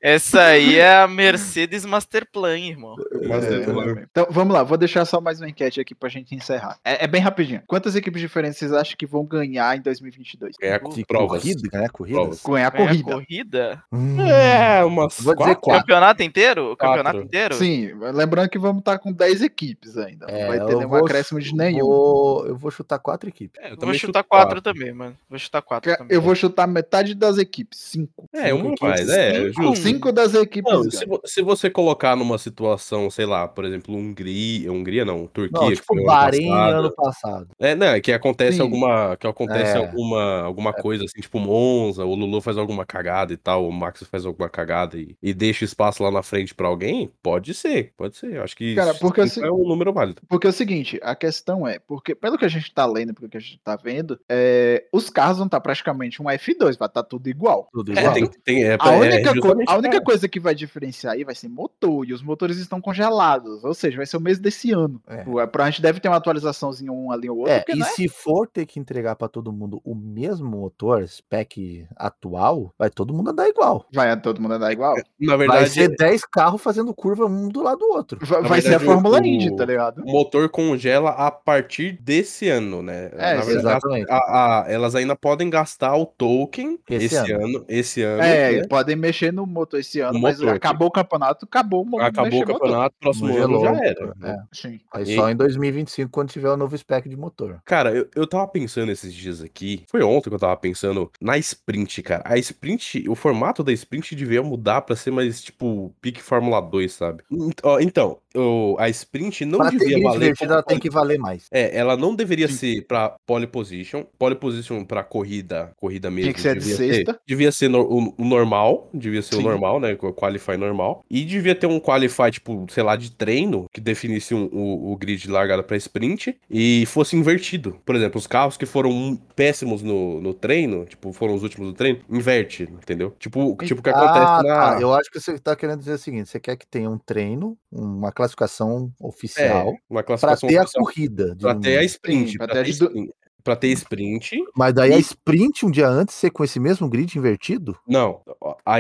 Speaker 5: Essa aí é a Mercedes Master Plan, irmão.
Speaker 3: Mas
Speaker 4: É,
Speaker 3: é, claro.
Speaker 4: Então, vamos lá, vou deixar só mais uma enquete aqui pra gente encerrar. É, é bem rapidinho. Quantas equipes diferentes vocês acham que vão ganhar em 2022?
Speaker 3: ganhar
Speaker 5: De
Speaker 3: com
Speaker 2: De
Speaker 3: É provas.
Speaker 2: corrida, né? Corridas.
Speaker 3: Provas.
Speaker 4: Ganhar
Speaker 5: Ganhar
Speaker 4: corrida.
Speaker 5: corrida?
Speaker 2: Hum.
Speaker 3: É, umas
Speaker 2: Vou dizer
Speaker 3: quatro.
Speaker 5: Campeonato inteiro? O Campeonato
Speaker 3: Quatro.
Speaker 5: inteiro?
Speaker 4: Sim, lembrando que vamos estar com 10 equipes ainda.
Speaker 2: É,
Speaker 4: não vai ter
Speaker 2: eu
Speaker 4: nenhum
Speaker 2: vou-
Speaker 4: acréscimo de nenhum.
Speaker 2: vou- eu vou chutar quatro equipes.
Speaker 3: É, eu
Speaker 5: Vou
Speaker 3: também
Speaker 5: chutar
Speaker 3: chuto
Speaker 5: quatro também, mano. Vou chutar quatro
Speaker 4: Ca-
Speaker 5: também.
Speaker 4: Eu vou chutar metade das equipes. Cinco.
Speaker 3: É, uma
Speaker 4: Cinco
Speaker 3: mais,
Speaker 4: equipes.
Speaker 3: é,
Speaker 4: Cinco,
Speaker 3: justo.
Speaker 4: cinco das equipes.
Speaker 3: Não,
Speaker 4: ganham.
Speaker 3: se, vo- se você colocar numa situação, sei lá, por exemplo, Hungria, Hungria não, Turquia,
Speaker 2: Não,
Speaker 3: que
Speaker 2: tipo
Speaker 3: foi ano
Speaker 2: Bahrein
Speaker 3: passado.
Speaker 2: ano passado.
Speaker 3: É, não, é que acontece
Speaker 4: Sim.
Speaker 3: alguma, que
Speaker 2: É.
Speaker 3: acontece alguma, alguma coisa assim, tipo Monza, o Lulu faz alguma cagada e tal, o Max faz alguma cagada e, e deixa espaço lá na frente pra alguém? Pode ser, pode ser. Acho que
Speaker 4: Cara, porque
Speaker 3: cinco
Speaker 4: assim-
Speaker 3: é um número válido.
Speaker 4: Porque é o seguinte, a questão é, porque pelo que a gente tá lendo, pelo que a gente tá vendo, é, os carros vão estar praticamente um F2, vai estar tudo igual.
Speaker 2: Tudo
Speaker 3: É,
Speaker 2: igual.
Speaker 3: tem- tem- é,
Speaker 4: A
Speaker 3: é
Speaker 4: única, co-
Speaker 3: justamente-
Speaker 4: a única coisa que vai diferenciar aí vai ser motor, e os motores estão congelados, ou seja, vai ser o mês desse ano.
Speaker 2: É.
Speaker 4: Ué, Pra gente deve ter uma atualizaçãozinha um ali ou outro,
Speaker 2: É,
Speaker 4: porque
Speaker 2: e
Speaker 4: né?
Speaker 2: se for ter que entregar pra todo mundo o mesmo motor, spec atual, vai todo mundo andar igual.
Speaker 4: vai todo mundo andar igual.
Speaker 3: na
Speaker 2: Vai
Speaker 3: verdade,
Speaker 2: ser 10 carros fazendo curva um do lado do outro.
Speaker 4: Vai,
Speaker 3: Na
Speaker 4: vai ser a
Speaker 3: verdade, o-
Speaker 4: Fórmula
Speaker 3: o-
Speaker 4: Indy, tá ligado?
Speaker 3: o motor congela a partir desse ano, né?
Speaker 4: É,
Speaker 3: na verdade, ah,
Speaker 2: exatamente.
Speaker 3: a- a- elas ainda podem gastar o token
Speaker 2: Esse
Speaker 3: esse, ano.
Speaker 2: ano.
Speaker 3: esse ano.
Speaker 4: É,
Speaker 3: né?
Speaker 4: podem mexer no, mo- campeonato esse ano,
Speaker 3: O
Speaker 4: mas
Speaker 3: motor, tipo
Speaker 4: acabou o campeonato, acabou o motor.
Speaker 3: Acabou o
Speaker 4: mexeu
Speaker 3: campeonato, próximo
Speaker 2: Não
Speaker 3: ano
Speaker 2: gelou,
Speaker 3: já era.
Speaker 2: né?
Speaker 4: motor. Sim.
Speaker 2: Aí
Speaker 3: E-
Speaker 2: só em 2025, quando tiver o novo spec de motor.
Speaker 3: Cara, eu, eu tava pensando esses dias aqui. Foi ontem que eu tava pensando na sprint, cara. A sprint, o formato da sprint devia mudar pra ser mais tipo pique Fórmula 2, sabe? Ent- ó, Então, o- a sprint não
Speaker 2: Para ter
Speaker 3: devia
Speaker 2: vídeo
Speaker 3: valer. tipo,
Speaker 2: divertido,
Speaker 3: como
Speaker 2: ela tem que valer mais.
Speaker 3: É, ela não deveria ser pra pole position. Pole position pra corrida, corrida mesmo.
Speaker 4: que ser de
Speaker 3: devia
Speaker 4: sexta.
Speaker 3: devia ser no- o, o normal, devia ser o
Speaker 4: Sim.
Speaker 3: normal, né? O qualify normal. E devia ter um qualify, tipo, sei lá, de treino, que definisse um- o, o grid de largada pra sprint e fosse invertido. Por exemplo, os carros que foram um, péssimos no, no treino, tipo, foram os últimos do treino, inverte, entendeu? Tipo, tipo o que acontece
Speaker 2: ah,
Speaker 3: na...
Speaker 2: tá. Eu acho que você tá querendo dizer o seguinte: você quer que tenha um treino, uma classificação
Speaker 3: É,
Speaker 2: oficial,
Speaker 3: uma
Speaker 2: pra
Speaker 3: classificação
Speaker 2: ter a
Speaker 3: oficial,
Speaker 2: corrida.
Speaker 3: assim,
Speaker 2: um
Speaker 3: pra
Speaker 2: digamos.
Speaker 3: ter a sprint.
Speaker 4: Sim,
Speaker 3: pra
Speaker 4: pra
Speaker 3: ter
Speaker 4: ter a de-
Speaker 3: sprint- Pra ter sprint,
Speaker 2: Mas daí a
Speaker 3: E-
Speaker 2: sprint um dia antes ser com esse mesmo grid invertido?
Speaker 3: Não, a,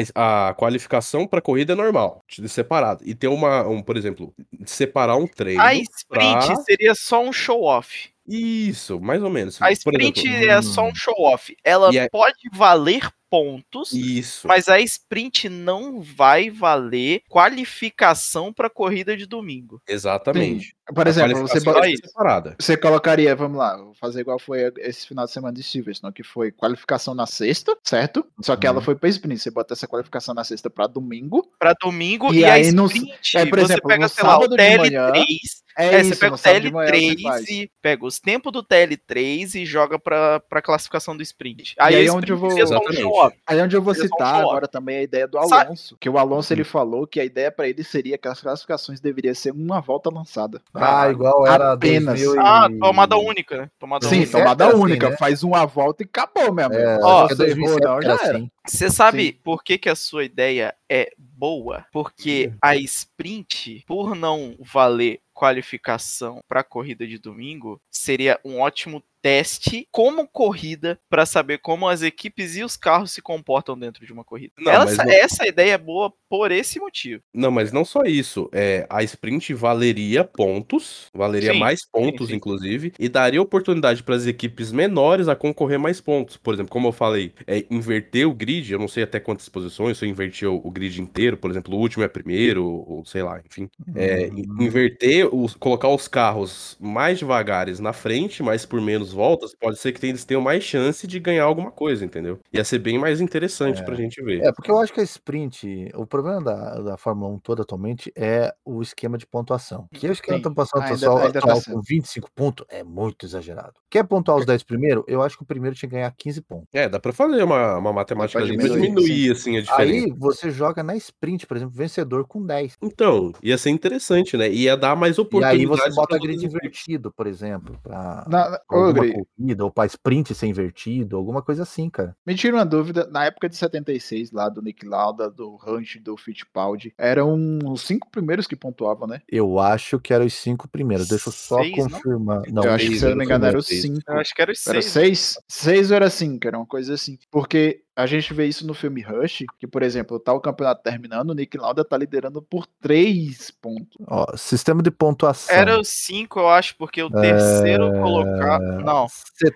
Speaker 3: a qualificação para corrida é normal, de separado. E tem uma, um, por exemplo, separar um treino.
Speaker 5: A sprint
Speaker 3: pra-
Speaker 5: seria só um show-off.
Speaker 3: Isso, mais ou menos.
Speaker 5: A
Speaker 3: Por
Speaker 5: sprint
Speaker 3: exemplo,
Speaker 5: é só um show-off. Ela
Speaker 3: E a-
Speaker 5: pode valer pontos,
Speaker 3: Isso.
Speaker 5: mas a sprint não vai valer qualificação para corrida de domingo.
Speaker 3: Exatamente.
Speaker 4: Por
Speaker 3: A
Speaker 4: exemplo, você,
Speaker 3: qualificação
Speaker 4: bota-
Speaker 3: é separada.
Speaker 4: você colocaria, vamos lá, vou fazer igual foi esse final de semana de Silverstone, que foi qualificação na sexta, certo? Só que ela
Speaker 2: Uhum.
Speaker 4: foi pra sprint. Você bota essa qualificação na sexta pra domingo.
Speaker 5: Para domingo
Speaker 4: E
Speaker 5: e, a
Speaker 4: aí no-
Speaker 5: sprint,
Speaker 4: é, por
Speaker 5: você
Speaker 4: exemplo,
Speaker 5: pega,
Speaker 4: no
Speaker 5: sei lá, o
Speaker 4: sábado de manhã,
Speaker 5: TL3,
Speaker 4: É,
Speaker 5: é,
Speaker 4: isso,
Speaker 5: você pega
Speaker 4: no
Speaker 5: o
Speaker 4: sábado de manhã você
Speaker 5: TL3
Speaker 4: faz.
Speaker 5: e pega os tempos do TL3 e joga pra, pra classificação do sprint.
Speaker 4: aí
Speaker 5: a
Speaker 4: é onde
Speaker 5: sprint
Speaker 4: eu vou-
Speaker 5: seria só um
Speaker 3: Exatamente.
Speaker 5: show-off.
Speaker 4: Aí é onde eu vou
Speaker 5: Eles vão
Speaker 4: citar
Speaker 5: falar.
Speaker 4: agora também a ideia do
Speaker 5: Sabe-
Speaker 4: Alonso, que o Alonso ele falou que a ideia pra ele seria que as classificações deveriam ser uma volta lançada.
Speaker 2: Ah, igual era
Speaker 4: apenas.
Speaker 2: 2000 e-
Speaker 5: Ah, tomada
Speaker 4: um.
Speaker 5: única. né? Tomada
Speaker 4: Sim,
Speaker 5: única.
Speaker 2: certo,
Speaker 4: tomada
Speaker 2: assim,
Speaker 4: única,
Speaker 2: né?
Speaker 4: faz uma volta e acabou, meu amigo.
Speaker 2: É,
Speaker 5: Ó,
Speaker 2: acho que é 2007
Speaker 4: não,
Speaker 2: era
Speaker 4: já era.
Speaker 2: assim.
Speaker 5: Você sabe por que, que a sua ideia é boa? Porque a sprint, por não valer qualificação para a corrida de domingo, seria um ótimo teste como corrida para saber como as equipes e os carros se comportam dentro de uma corrida.
Speaker 3: Não,
Speaker 5: Ela-
Speaker 3: mas não-
Speaker 5: Essa ideia é boa por esse motivo.
Speaker 3: Não, mas não só isso. É, a sprint valeria pontos, valeria
Speaker 5: Sim,
Speaker 3: mais pontos,
Speaker 5: sim.
Speaker 3: inclusive, e daria oportunidade para as equipes menores a concorrer mais pontos. Por exemplo, como eu falei, é, inverter o grid, eu não sei até quantas posições, se eu invertir o, o grid inteiro, por exemplo, o último é primeiro, ou, ou sei lá, enfim. É, in-
Speaker 2: Hum.
Speaker 3: Inverter, os- colocar os carros mais devagares na frente, mas por menos voltas, pode ser que eles tenham mais chance de ganhar alguma coisa, entendeu? Ia ser bem mais interessante
Speaker 2: É.
Speaker 3: pra gente ver.
Speaker 2: É, porque eu acho que a sprint, o problema da, da Fórmula 1 toda atualmente é o esquema de pontuação. Que o esquema
Speaker 4: Sim,
Speaker 2: de pontuação
Speaker 4: ainda-
Speaker 2: atual-
Speaker 4: ainda tá
Speaker 2: atual
Speaker 4: certo.
Speaker 2: com 25 pontos é muito exagerado. Quer pontuar os 10 primeiro? Eu acho que o primeiro tinha que ganhar 15 pontos.
Speaker 3: É, dá pra fazer uma, uma matemática
Speaker 4: pra
Speaker 3: ali pra
Speaker 4: diminuir,
Speaker 3: diminuir assim a diferença.
Speaker 2: Aí você joga na sprint, por exemplo, vencedor com 10.
Speaker 3: Então, ia ser interessante, né? Ia dar mais
Speaker 2: E aí
Speaker 3: oportunidades.
Speaker 2: você bota
Speaker 3: pra
Speaker 2: grid
Speaker 3: todas as equipes.
Speaker 2: invertido, por exemplo, pra
Speaker 4: Na,
Speaker 2: pra
Speaker 4: ô,
Speaker 2: alguma
Speaker 4: Gri,
Speaker 2: corrida, ou pra sprint ser invertido, alguma coisa assim, cara.
Speaker 4: me tira uma dúvida, na época de 76, lá do Nick Lauda, do Hunt, do Fittipaldi, eram os cinco primeiros que pontuavam, né?
Speaker 2: Eu acho que eram os cinco primeiros. Deixa eu só
Speaker 5: Seis, não?
Speaker 2: confirmar. Não,
Speaker 4: eu acho que,
Speaker 3: seis,
Speaker 4: se eu não me
Speaker 3: eram os
Speaker 4: engano, eram
Speaker 3: primeiros
Speaker 4: os
Speaker 3: seis.
Speaker 4: cinco.
Speaker 5: Eu acho que era os
Speaker 4: Era
Speaker 5: seis.
Speaker 4: seis? Seis ou era cinco? Era uma coisa assim. Porque a gente vê isso no filme Rush, que, por exemplo, tá o campeonato terminando, o Nick Lauda tá liderando por três pontos.
Speaker 2: Ó, sistema de pontuação.
Speaker 5: Era os cinco, eu acho, porque o terceiro colocado. Não.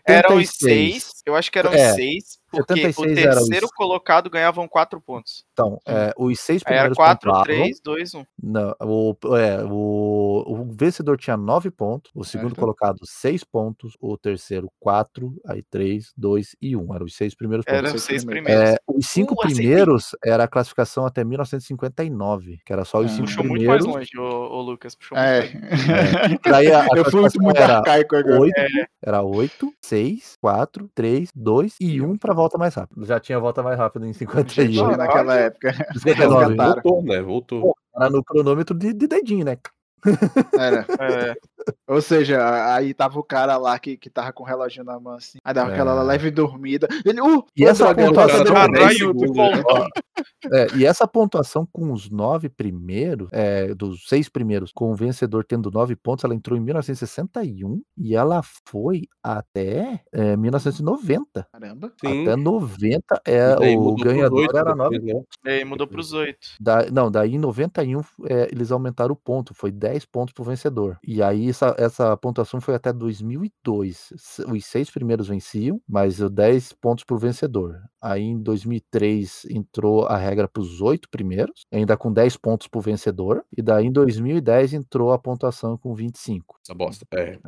Speaker 5: Eram os seis. Eu acho que eram os
Speaker 2: É,
Speaker 5: seis. Porque o
Speaker 2: 76 era os-
Speaker 5: terceiro colocado ganhavam quatro pontos.
Speaker 2: Então, é, os seis
Speaker 5: Aí era
Speaker 2: primeiros
Speaker 5: 4,
Speaker 2: pontuavam.
Speaker 5: 3, 2, 1.
Speaker 2: Não, o, é, o, o vencedor tinha nove pontos, o segundo
Speaker 4: Certo.
Speaker 2: colocado seis pontos, o terceiro quatro, aí três, dois e um. Eram os seis primeiros
Speaker 5: Eram
Speaker 2: pontos.
Speaker 5: os
Speaker 4: seis
Speaker 5: seis
Speaker 4: primeiros.
Speaker 5: primeiros.
Speaker 2: É, os cinco
Speaker 5: Uh, acertei.
Speaker 2: primeiros era a classificação até 1959, que era só os
Speaker 4: Ah.
Speaker 2: cinco
Speaker 5: É. Puxou muito mais
Speaker 2: primeiros.
Speaker 5: longe, ô, ô Lucas. Puxou muito mais
Speaker 4: É.
Speaker 5: longe.
Speaker 2: Daí a, a
Speaker 4: Eu fui muito,
Speaker 2: classificação
Speaker 4: muito
Speaker 2: era
Speaker 4: arcaico agora.
Speaker 2: oito,
Speaker 3: É.
Speaker 2: era 8, 6, 4, 3, 2 e 1 pra volta mais rápida. Já tinha volta mais rápida em
Speaker 4: Gente,
Speaker 2: 51.
Speaker 5: olha,
Speaker 4: naquela época.
Speaker 2: 59.
Speaker 4: resgataram.
Speaker 3: Voltou, né? Voltou.
Speaker 2: Pô, Era no cronômetro de, de dedinho, né?
Speaker 4: Era.
Speaker 5: É.
Speaker 4: Ou seja, a- aí tava o cara lá que, que tava com o reloginho na mão assim. Aí dava
Speaker 2: É.
Speaker 4: aquela leve dormida. Ele, uh,
Speaker 2: E
Speaker 4: ô,
Speaker 2: essa
Speaker 4: droga,
Speaker 2: pontuação
Speaker 4: eu tô
Speaker 2: tá
Speaker 4: devendo dez
Speaker 5: atrás do
Speaker 4: segundos.
Speaker 5: Paulo.
Speaker 2: É, e essa pontuação com os nove primeiros, é, dos seis primeiros, com o vencedor tendo nove pontos, ela entrou em 1961 e ela foi até é, 1990.
Speaker 4: Caramba.
Speaker 3: Sim.
Speaker 2: Até 90 é,
Speaker 3: E daí
Speaker 2: o
Speaker 3: mudou pros
Speaker 2: ganhador
Speaker 3: oito
Speaker 2: era
Speaker 3: depois,
Speaker 2: 9
Speaker 3: né?
Speaker 5: E aí mudou pros
Speaker 2: um,
Speaker 5: 8.
Speaker 2: eh, Da- não, daí em 91 é, eles aumentaram o ponto, foi 10 pontos pro vencedor. E aí essa, essa pontuação foi até 2002. Os seis primeiros venciam, mas o 10 pontos para o vencedor. Aí em 2003 entrou a regra para os oito primeiros, ainda com 10 pontos para o vencedor. E daí em 2010 entrou a pontuação com 25.
Speaker 3: Essa bosta. É.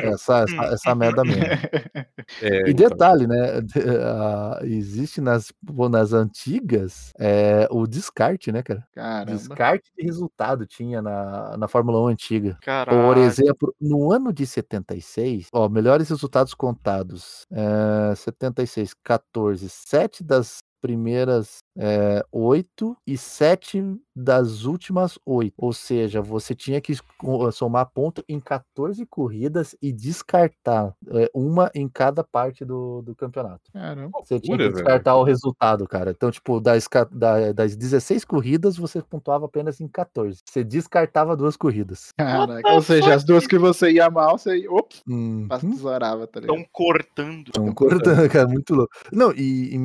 Speaker 2: É, essa, essa, essa merda mesmo. É, e detalhe, então... né? Uh, existe nas, nas antigas é, o descarte, né, cara?
Speaker 4: Caramba.
Speaker 2: Descarte de resultado tinha na, na Fórmula 1 antiga. Então,
Speaker 5: Caraca.
Speaker 2: Por exemplo, no ano de 76, ó, melhores resultados contados: é, 76, 14, 7 das primeiras é, oito e sete das últimas oito. Ou seja, você tinha que eh, somar ponto em 14 corridas e descartar é, uma em cada parte do, do campeonato.
Speaker 4: Caramba.
Speaker 3: é
Speaker 2: Você tinha que descartar o resultado, cara. Então, tipo, das, da, das 16 corridas, você pontuava apenas em 14. Você descartava duas corridas.
Speaker 4: Caraca, ou seja, as duas que você ia mal, você ia. Ops, hum. tesourava, tá ligado?
Speaker 5: Estão cortando.
Speaker 2: Estão cortando, cara. Muito louco. Não, e em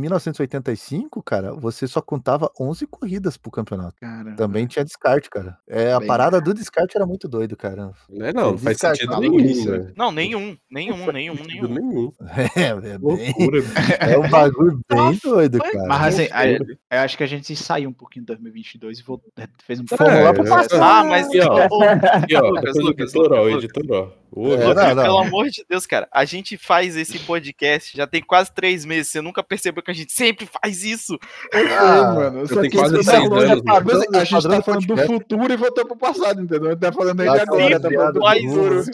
Speaker 2: 1985, cara, você você só contava 11 corridas pro campeonato.
Speaker 4: Caramba.
Speaker 2: Também tinha descarte, cara. É, a
Speaker 4: Uhum. Bem,
Speaker 2: parada
Speaker 4: cara.
Speaker 2: do descarte era muito doido, cara.
Speaker 3: É, não, não faz
Speaker 2: Descarte,
Speaker 3: sentido
Speaker 2: tá
Speaker 3: nenhum.
Speaker 2: maluco,
Speaker 3: né?
Speaker 2: velho.
Speaker 5: Não, nenhum, nenhum, nenhum,
Speaker 3: Sentido
Speaker 5: nenhum.
Speaker 3: nenhum.
Speaker 2: É, é, bem-
Speaker 3: Loucura. bicho.
Speaker 2: é um bagulho bem doido,
Speaker 5: Mas-
Speaker 2: cara.
Speaker 4: Mas assim,
Speaker 5: Deus
Speaker 4: aí- eu acho que a gente saiu um pouquinho em 2022 e voltou, fez um
Speaker 2: Fomos lá pro
Speaker 3: é.
Speaker 2: passado.
Speaker 5: Ah, mas.
Speaker 3: E, ó,
Speaker 5: Ô,
Speaker 3: e, ó, depois
Speaker 5: Lucas,
Speaker 3: do
Speaker 5: Lucas,
Speaker 3: editor, ó, o é
Speaker 5: Lucas.
Speaker 3: editor, ó. O
Speaker 2: É,
Speaker 5: Rodrigo,
Speaker 2: não, não.
Speaker 5: Pelo amor de Deus, cara, a gente faz esse podcast já tem quase três meses. Você nunca percebeu que a gente sempre faz isso.
Speaker 2: Ah,
Speaker 4: mano.
Speaker 3: tenho quase
Speaker 4: isso
Speaker 3: seis
Speaker 4: não é
Speaker 3: anos,
Speaker 4: padrão,
Speaker 2: mano.
Speaker 4: a gente tá
Speaker 2: Padrão
Speaker 4: falando do
Speaker 2: podcast.
Speaker 4: futuro e voltou pro passado, entendeu? A gente tá falando aí de
Speaker 2: Tá
Speaker 4: agora, tá falando
Speaker 2: falando
Speaker 4: do
Speaker 5: mais
Speaker 4: futuro.
Speaker 5: isso.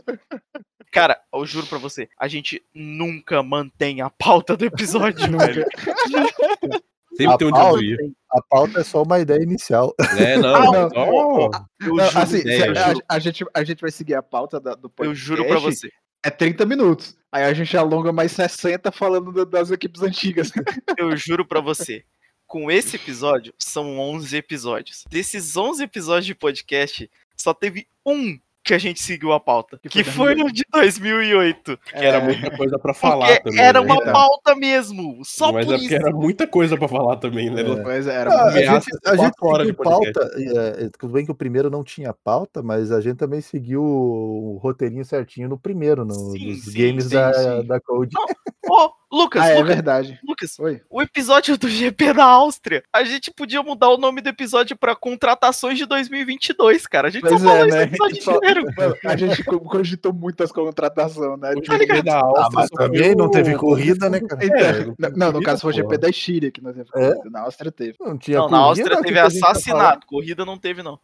Speaker 5: Cara, eu juro pra você, a gente nunca mantém a pauta do episódio, velho.
Speaker 3: Sempre tem um
Speaker 2: Paulo.
Speaker 3: desvio.
Speaker 2: A pauta é só uma ideia inicial.
Speaker 3: É,
Speaker 2: Ah,
Speaker 3: não.
Speaker 4: não.
Speaker 3: ó,
Speaker 5: Eu
Speaker 4: Não,
Speaker 5: juro,
Speaker 4: assim,
Speaker 3: é,
Speaker 4: se-
Speaker 3: eu
Speaker 4: a,
Speaker 5: juro.
Speaker 4: a gente, a gente vai seguir a pauta da- do podcast.
Speaker 5: eu juro pra você.
Speaker 4: É 30 minutos. Aí a gente alonga mais 60 falando da- das equipes antigas.
Speaker 5: Eu juro pra você. Com esse episódio, são 11 episódios. Desses 11 episódios de podcast, só teve um que a gente seguiu a pauta.
Speaker 4: Que
Speaker 5: Que,
Speaker 4: foi
Speaker 5: foi no de 2008.
Speaker 3: que
Speaker 4: É,
Speaker 3: era muita coisa pra falar
Speaker 5: Porque
Speaker 3: também.
Speaker 5: era
Speaker 3: né?
Speaker 5: uma
Speaker 4: Então.
Speaker 5: pauta mesmo. Só
Speaker 3: Mas
Speaker 5: por
Speaker 3: é
Speaker 5: isso.
Speaker 3: porque era muita coisa pra falar também, né?
Speaker 2: É.
Speaker 4: Pois é, era
Speaker 2: Ah, a
Speaker 4: muito-
Speaker 3: ameaça
Speaker 2: gente, a gente
Speaker 3: quatro horas
Speaker 2: seguiu
Speaker 3: de podcast.
Speaker 2: pauta. é, é, tudo bem que o primeiro não tinha pauta, mas a gente também seguiu o roteirinho certinho no primeiro, no,
Speaker 5: Sim,
Speaker 2: dos
Speaker 5: sim,
Speaker 2: games
Speaker 4: sim,
Speaker 2: da,
Speaker 4: sim.
Speaker 2: da Code.
Speaker 5: Ô, Lucas,
Speaker 4: Ah, é
Speaker 5: Lucas,
Speaker 4: verdade.
Speaker 5: Lucas,
Speaker 4: Oi.
Speaker 5: o episódio do GP da Áustria, a gente podia mudar o nome do episódio pra contratações de 2022, cara. A gente
Speaker 4: Pois
Speaker 5: só falou
Speaker 4: é,
Speaker 5: isso
Speaker 4: né?
Speaker 5: no episódio
Speaker 4: Só-
Speaker 5: inteiro.
Speaker 4: Mano, a gente co- cogitou muitas contratações, né?
Speaker 3: O
Speaker 4: Tipo,
Speaker 3: GP da Áustria só foi o-
Speaker 2: corrida, né, cara?
Speaker 4: então,
Speaker 3: É,
Speaker 4: não, não, no
Speaker 3: corrida,
Speaker 4: caso foi o GP
Speaker 3: porra.
Speaker 4: da Chile que nós ia falar.
Speaker 3: É?
Speaker 4: Na Áustria teve.
Speaker 2: Não tinha
Speaker 5: Não, na Áustria
Speaker 2: corrida, é
Speaker 5: teve
Speaker 2: o que que a gente tá ia falar?
Speaker 5: assassinato. Corrida não teve, não.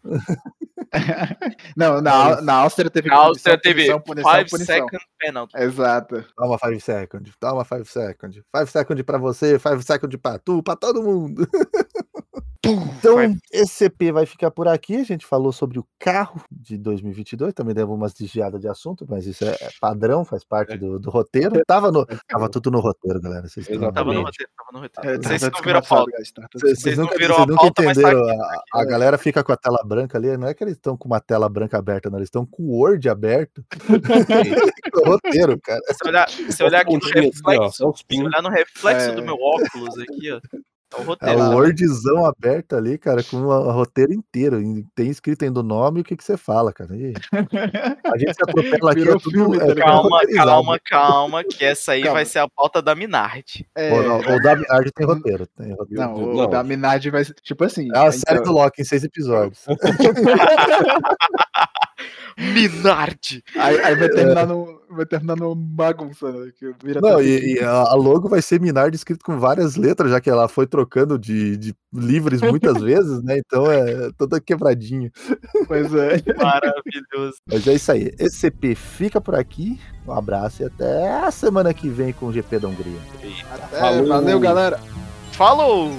Speaker 4: Não,
Speaker 3: É
Speaker 4: na, na Áustria teve
Speaker 5: Na Áustria
Speaker 4: punição,
Speaker 5: teve
Speaker 4: punição,
Speaker 5: 5 second penalty.
Speaker 4: Exato.
Speaker 2: Toma 5 second, toma 5 second. 5 second pra você, 5 second pra tu, pra todo mundo. Então, esse EP vai ficar por aqui. A gente falou sobre o carro de 2022. Também demos umas desviadas de assunto, mas isso é padrão, faz parte
Speaker 5: É.
Speaker 2: do, do roteiro. Tava, no, tava tudo no roteiro, galera. Vocês estão-
Speaker 3: Exatamente.
Speaker 5: Tava no roteiro, tava no roteiro.
Speaker 4: É, tá-
Speaker 5: Vocês
Speaker 4: tá
Speaker 5: não viram a
Speaker 4: descansado,
Speaker 5: pauta.
Speaker 4: guys, tá- tá
Speaker 2: Vocês,
Speaker 5: Vocês não
Speaker 2: nunca,
Speaker 5: viram
Speaker 2: vocês
Speaker 5: a
Speaker 2: nunca
Speaker 5: pauta, mas tá
Speaker 2: entenderam.
Speaker 5: aqui,
Speaker 2: a- a, galera fica com a tela branca ali. Não é que eles estão com uma tela branca aberta, não. Eles estão com o Word aberto. é o roteiro, cara.
Speaker 5: Se olhar, se
Speaker 3: Só os
Speaker 5: olhar aqui no
Speaker 3: pontinhos assim, ó,
Speaker 5: reflexo,
Speaker 3: só os
Speaker 5: se
Speaker 3: pins.
Speaker 5: olhar no reflexo
Speaker 4: É.
Speaker 5: do meu óculos aqui, ó, tá o
Speaker 2: É
Speaker 5: roteiro.
Speaker 2: o Wordzão aberto ali, cara, com o roteiro inteiro. e Tem escrito ainda o nome e o que, que você fala, cara. E a gente se atropela aqui.
Speaker 4: Virou
Speaker 2: É tudo,
Speaker 4: filme,
Speaker 2: é
Speaker 4: tá
Speaker 2: tudo
Speaker 4: ligado?
Speaker 5: Calma,
Speaker 2: roteirizado.
Speaker 5: calma, calma, que essa aí
Speaker 4: Calma.
Speaker 5: vai ser a pauta da Minardi.
Speaker 4: É, hum,
Speaker 2: Ou, não, ou da Minardi tem roteiro. Tem roteiro.
Speaker 4: Não,
Speaker 3: Meu
Speaker 4: o
Speaker 3: Deus,
Speaker 4: da
Speaker 3: não. Ah,
Speaker 4: Minardi vai ser. Tipo assim.
Speaker 2: É a
Speaker 4: então-
Speaker 2: série do Loki em seis episódios.
Speaker 5: Minardi!
Speaker 4: aí, aí
Speaker 3: É.
Speaker 4: vai terminar no. Vai terminar no bagunça, né? Que vira
Speaker 2: Não,
Speaker 4: tudo-
Speaker 2: e, e a a logo vai ser Minardi escrito com várias letras, já que ela foi trocando de, de livres muitas vezes, né? Então é toda quebradinha.
Speaker 4: Pois é.
Speaker 5: Maravilhoso.
Speaker 2: Mas é isso aí. Esse CP fica por aqui. Um abraço e até a semana que vem com o GP da Hungria.
Speaker 4: Até,
Speaker 3: Falou.
Speaker 4: valeu, galera.
Speaker 5: Falou!